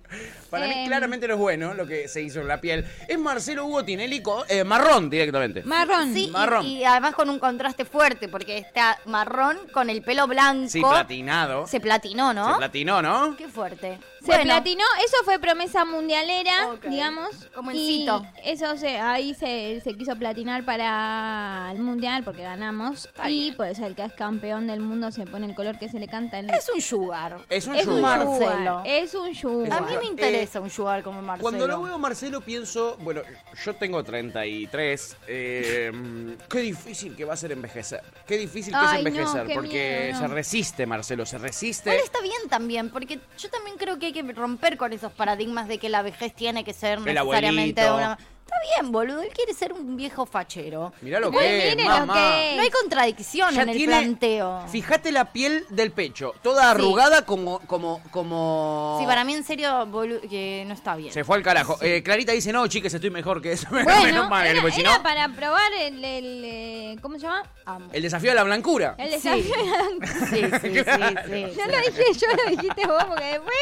Speaker 2: Para mí
Speaker 4: Em.
Speaker 2: claramente no es bueno lo que se hizo en la piel. Es Marcelo Hugo Tinelli co- eh, marrón directamente.
Speaker 4: Marrón.
Speaker 3: Sí, y-
Speaker 2: Marrón.
Speaker 3: Y, además con un contraste fuerte, porque está marrón con el pelo blanco.
Speaker 2: sí, platinado.
Speaker 3: Se platinó, ¿no?
Speaker 2: Se platinó, ¿no?
Speaker 3: Qué fuerte.
Speaker 4: Se platinó, eso fue promesa mundialera,
Speaker 3: Ok.
Speaker 4: digamos.
Speaker 3: Como el
Speaker 4: y
Speaker 3: Cito.
Speaker 4: Eso se, ahí se, se quiso platinar para el mundial porque ganamos. y por eso el que es campeón del mundo se pone el color que se le canta en el.
Speaker 3: Es un sugar.
Speaker 2: Es un
Speaker 4: es un
Speaker 2: yugo.
Speaker 3: yugo. Marcelo.
Speaker 4: yugar, Es un yugar.
Speaker 3: A mí me interesa un sugar como Marcelo.
Speaker 2: Cuando lo veo a Marcelo pienso, bueno, yo tengo 33, eh, qué difícil que va a ser envejecer, qué difícil que
Speaker 4: Ay,
Speaker 2: es
Speaker 4: no,
Speaker 2: envejecer,
Speaker 4: qué
Speaker 2: porque
Speaker 4: miedo, no.
Speaker 2: se resiste Marcelo, se resiste.
Speaker 3: Igual está bien también, porque yo también creo que hay que romper con esos paradigmas de que la vejez tiene que ser necesariamente de
Speaker 2: abuelito.
Speaker 3: una. Está bien, boludo, él quiere ser un viejo fachero.
Speaker 2: Mirá lo
Speaker 4: Bueno,
Speaker 2: que es,
Speaker 4: miren lo
Speaker 2: mamá.
Speaker 4: que es.
Speaker 3: No hay contradicción
Speaker 2: Ya
Speaker 3: en el
Speaker 2: tiene-
Speaker 3: planteo.
Speaker 2: Fíjate la piel del pecho, toda arrugada como, como, como.
Speaker 3: Sí, para mí en serio bolu- que no está bien.
Speaker 2: Se fue al carajo. Eh, Clarita dice, no, chiques, estoy mejor que eso. [LAUGHS] Menos
Speaker 4: Bueno,
Speaker 2: mal,
Speaker 4: era,
Speaker 2: porque si
Speaker 4: era
Speaker 2: no,
Speaker 4: para probar el, el, eh, ¿Cómo se llama?
Speaker 3: Amo.
Speaker 2: el desafío de la blancura.
Speaker 4: El [LAUGHS]
Speaker 3: Sí.
Speaker 4: desafío.
Speaker 3: Sí, sí, sí, sí,
Speaker 4: No
Speaker 3: sí.
Speaker 4: lo dije yo, lo dijiste vos, porque después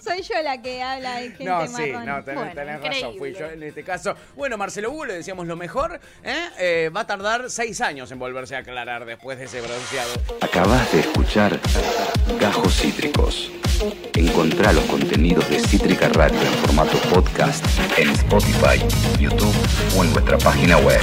Speaker 4: soy yo la que habla de gente
Speaker 2: No,
Speaker 4: marrón.
Speaker 2: sí, no, tenés,
Speaker 3: Bueno,
Speaker 2: tenés
Speaker 3: increíble.
Speaker 2: razón, fui yo en este caso. Bueno, Marcelo Hugo le decíamos lo mejor, ¿eh? Eh, va a tardar seis años en volverse a aclarar después de ese bronceado.
Speaker 1: Acabas de escuchar Gajos Cítricos. Encontrá los contenidos de Cítrica Radio en formato podcast en Spotify, YouTube o en nuestra página web.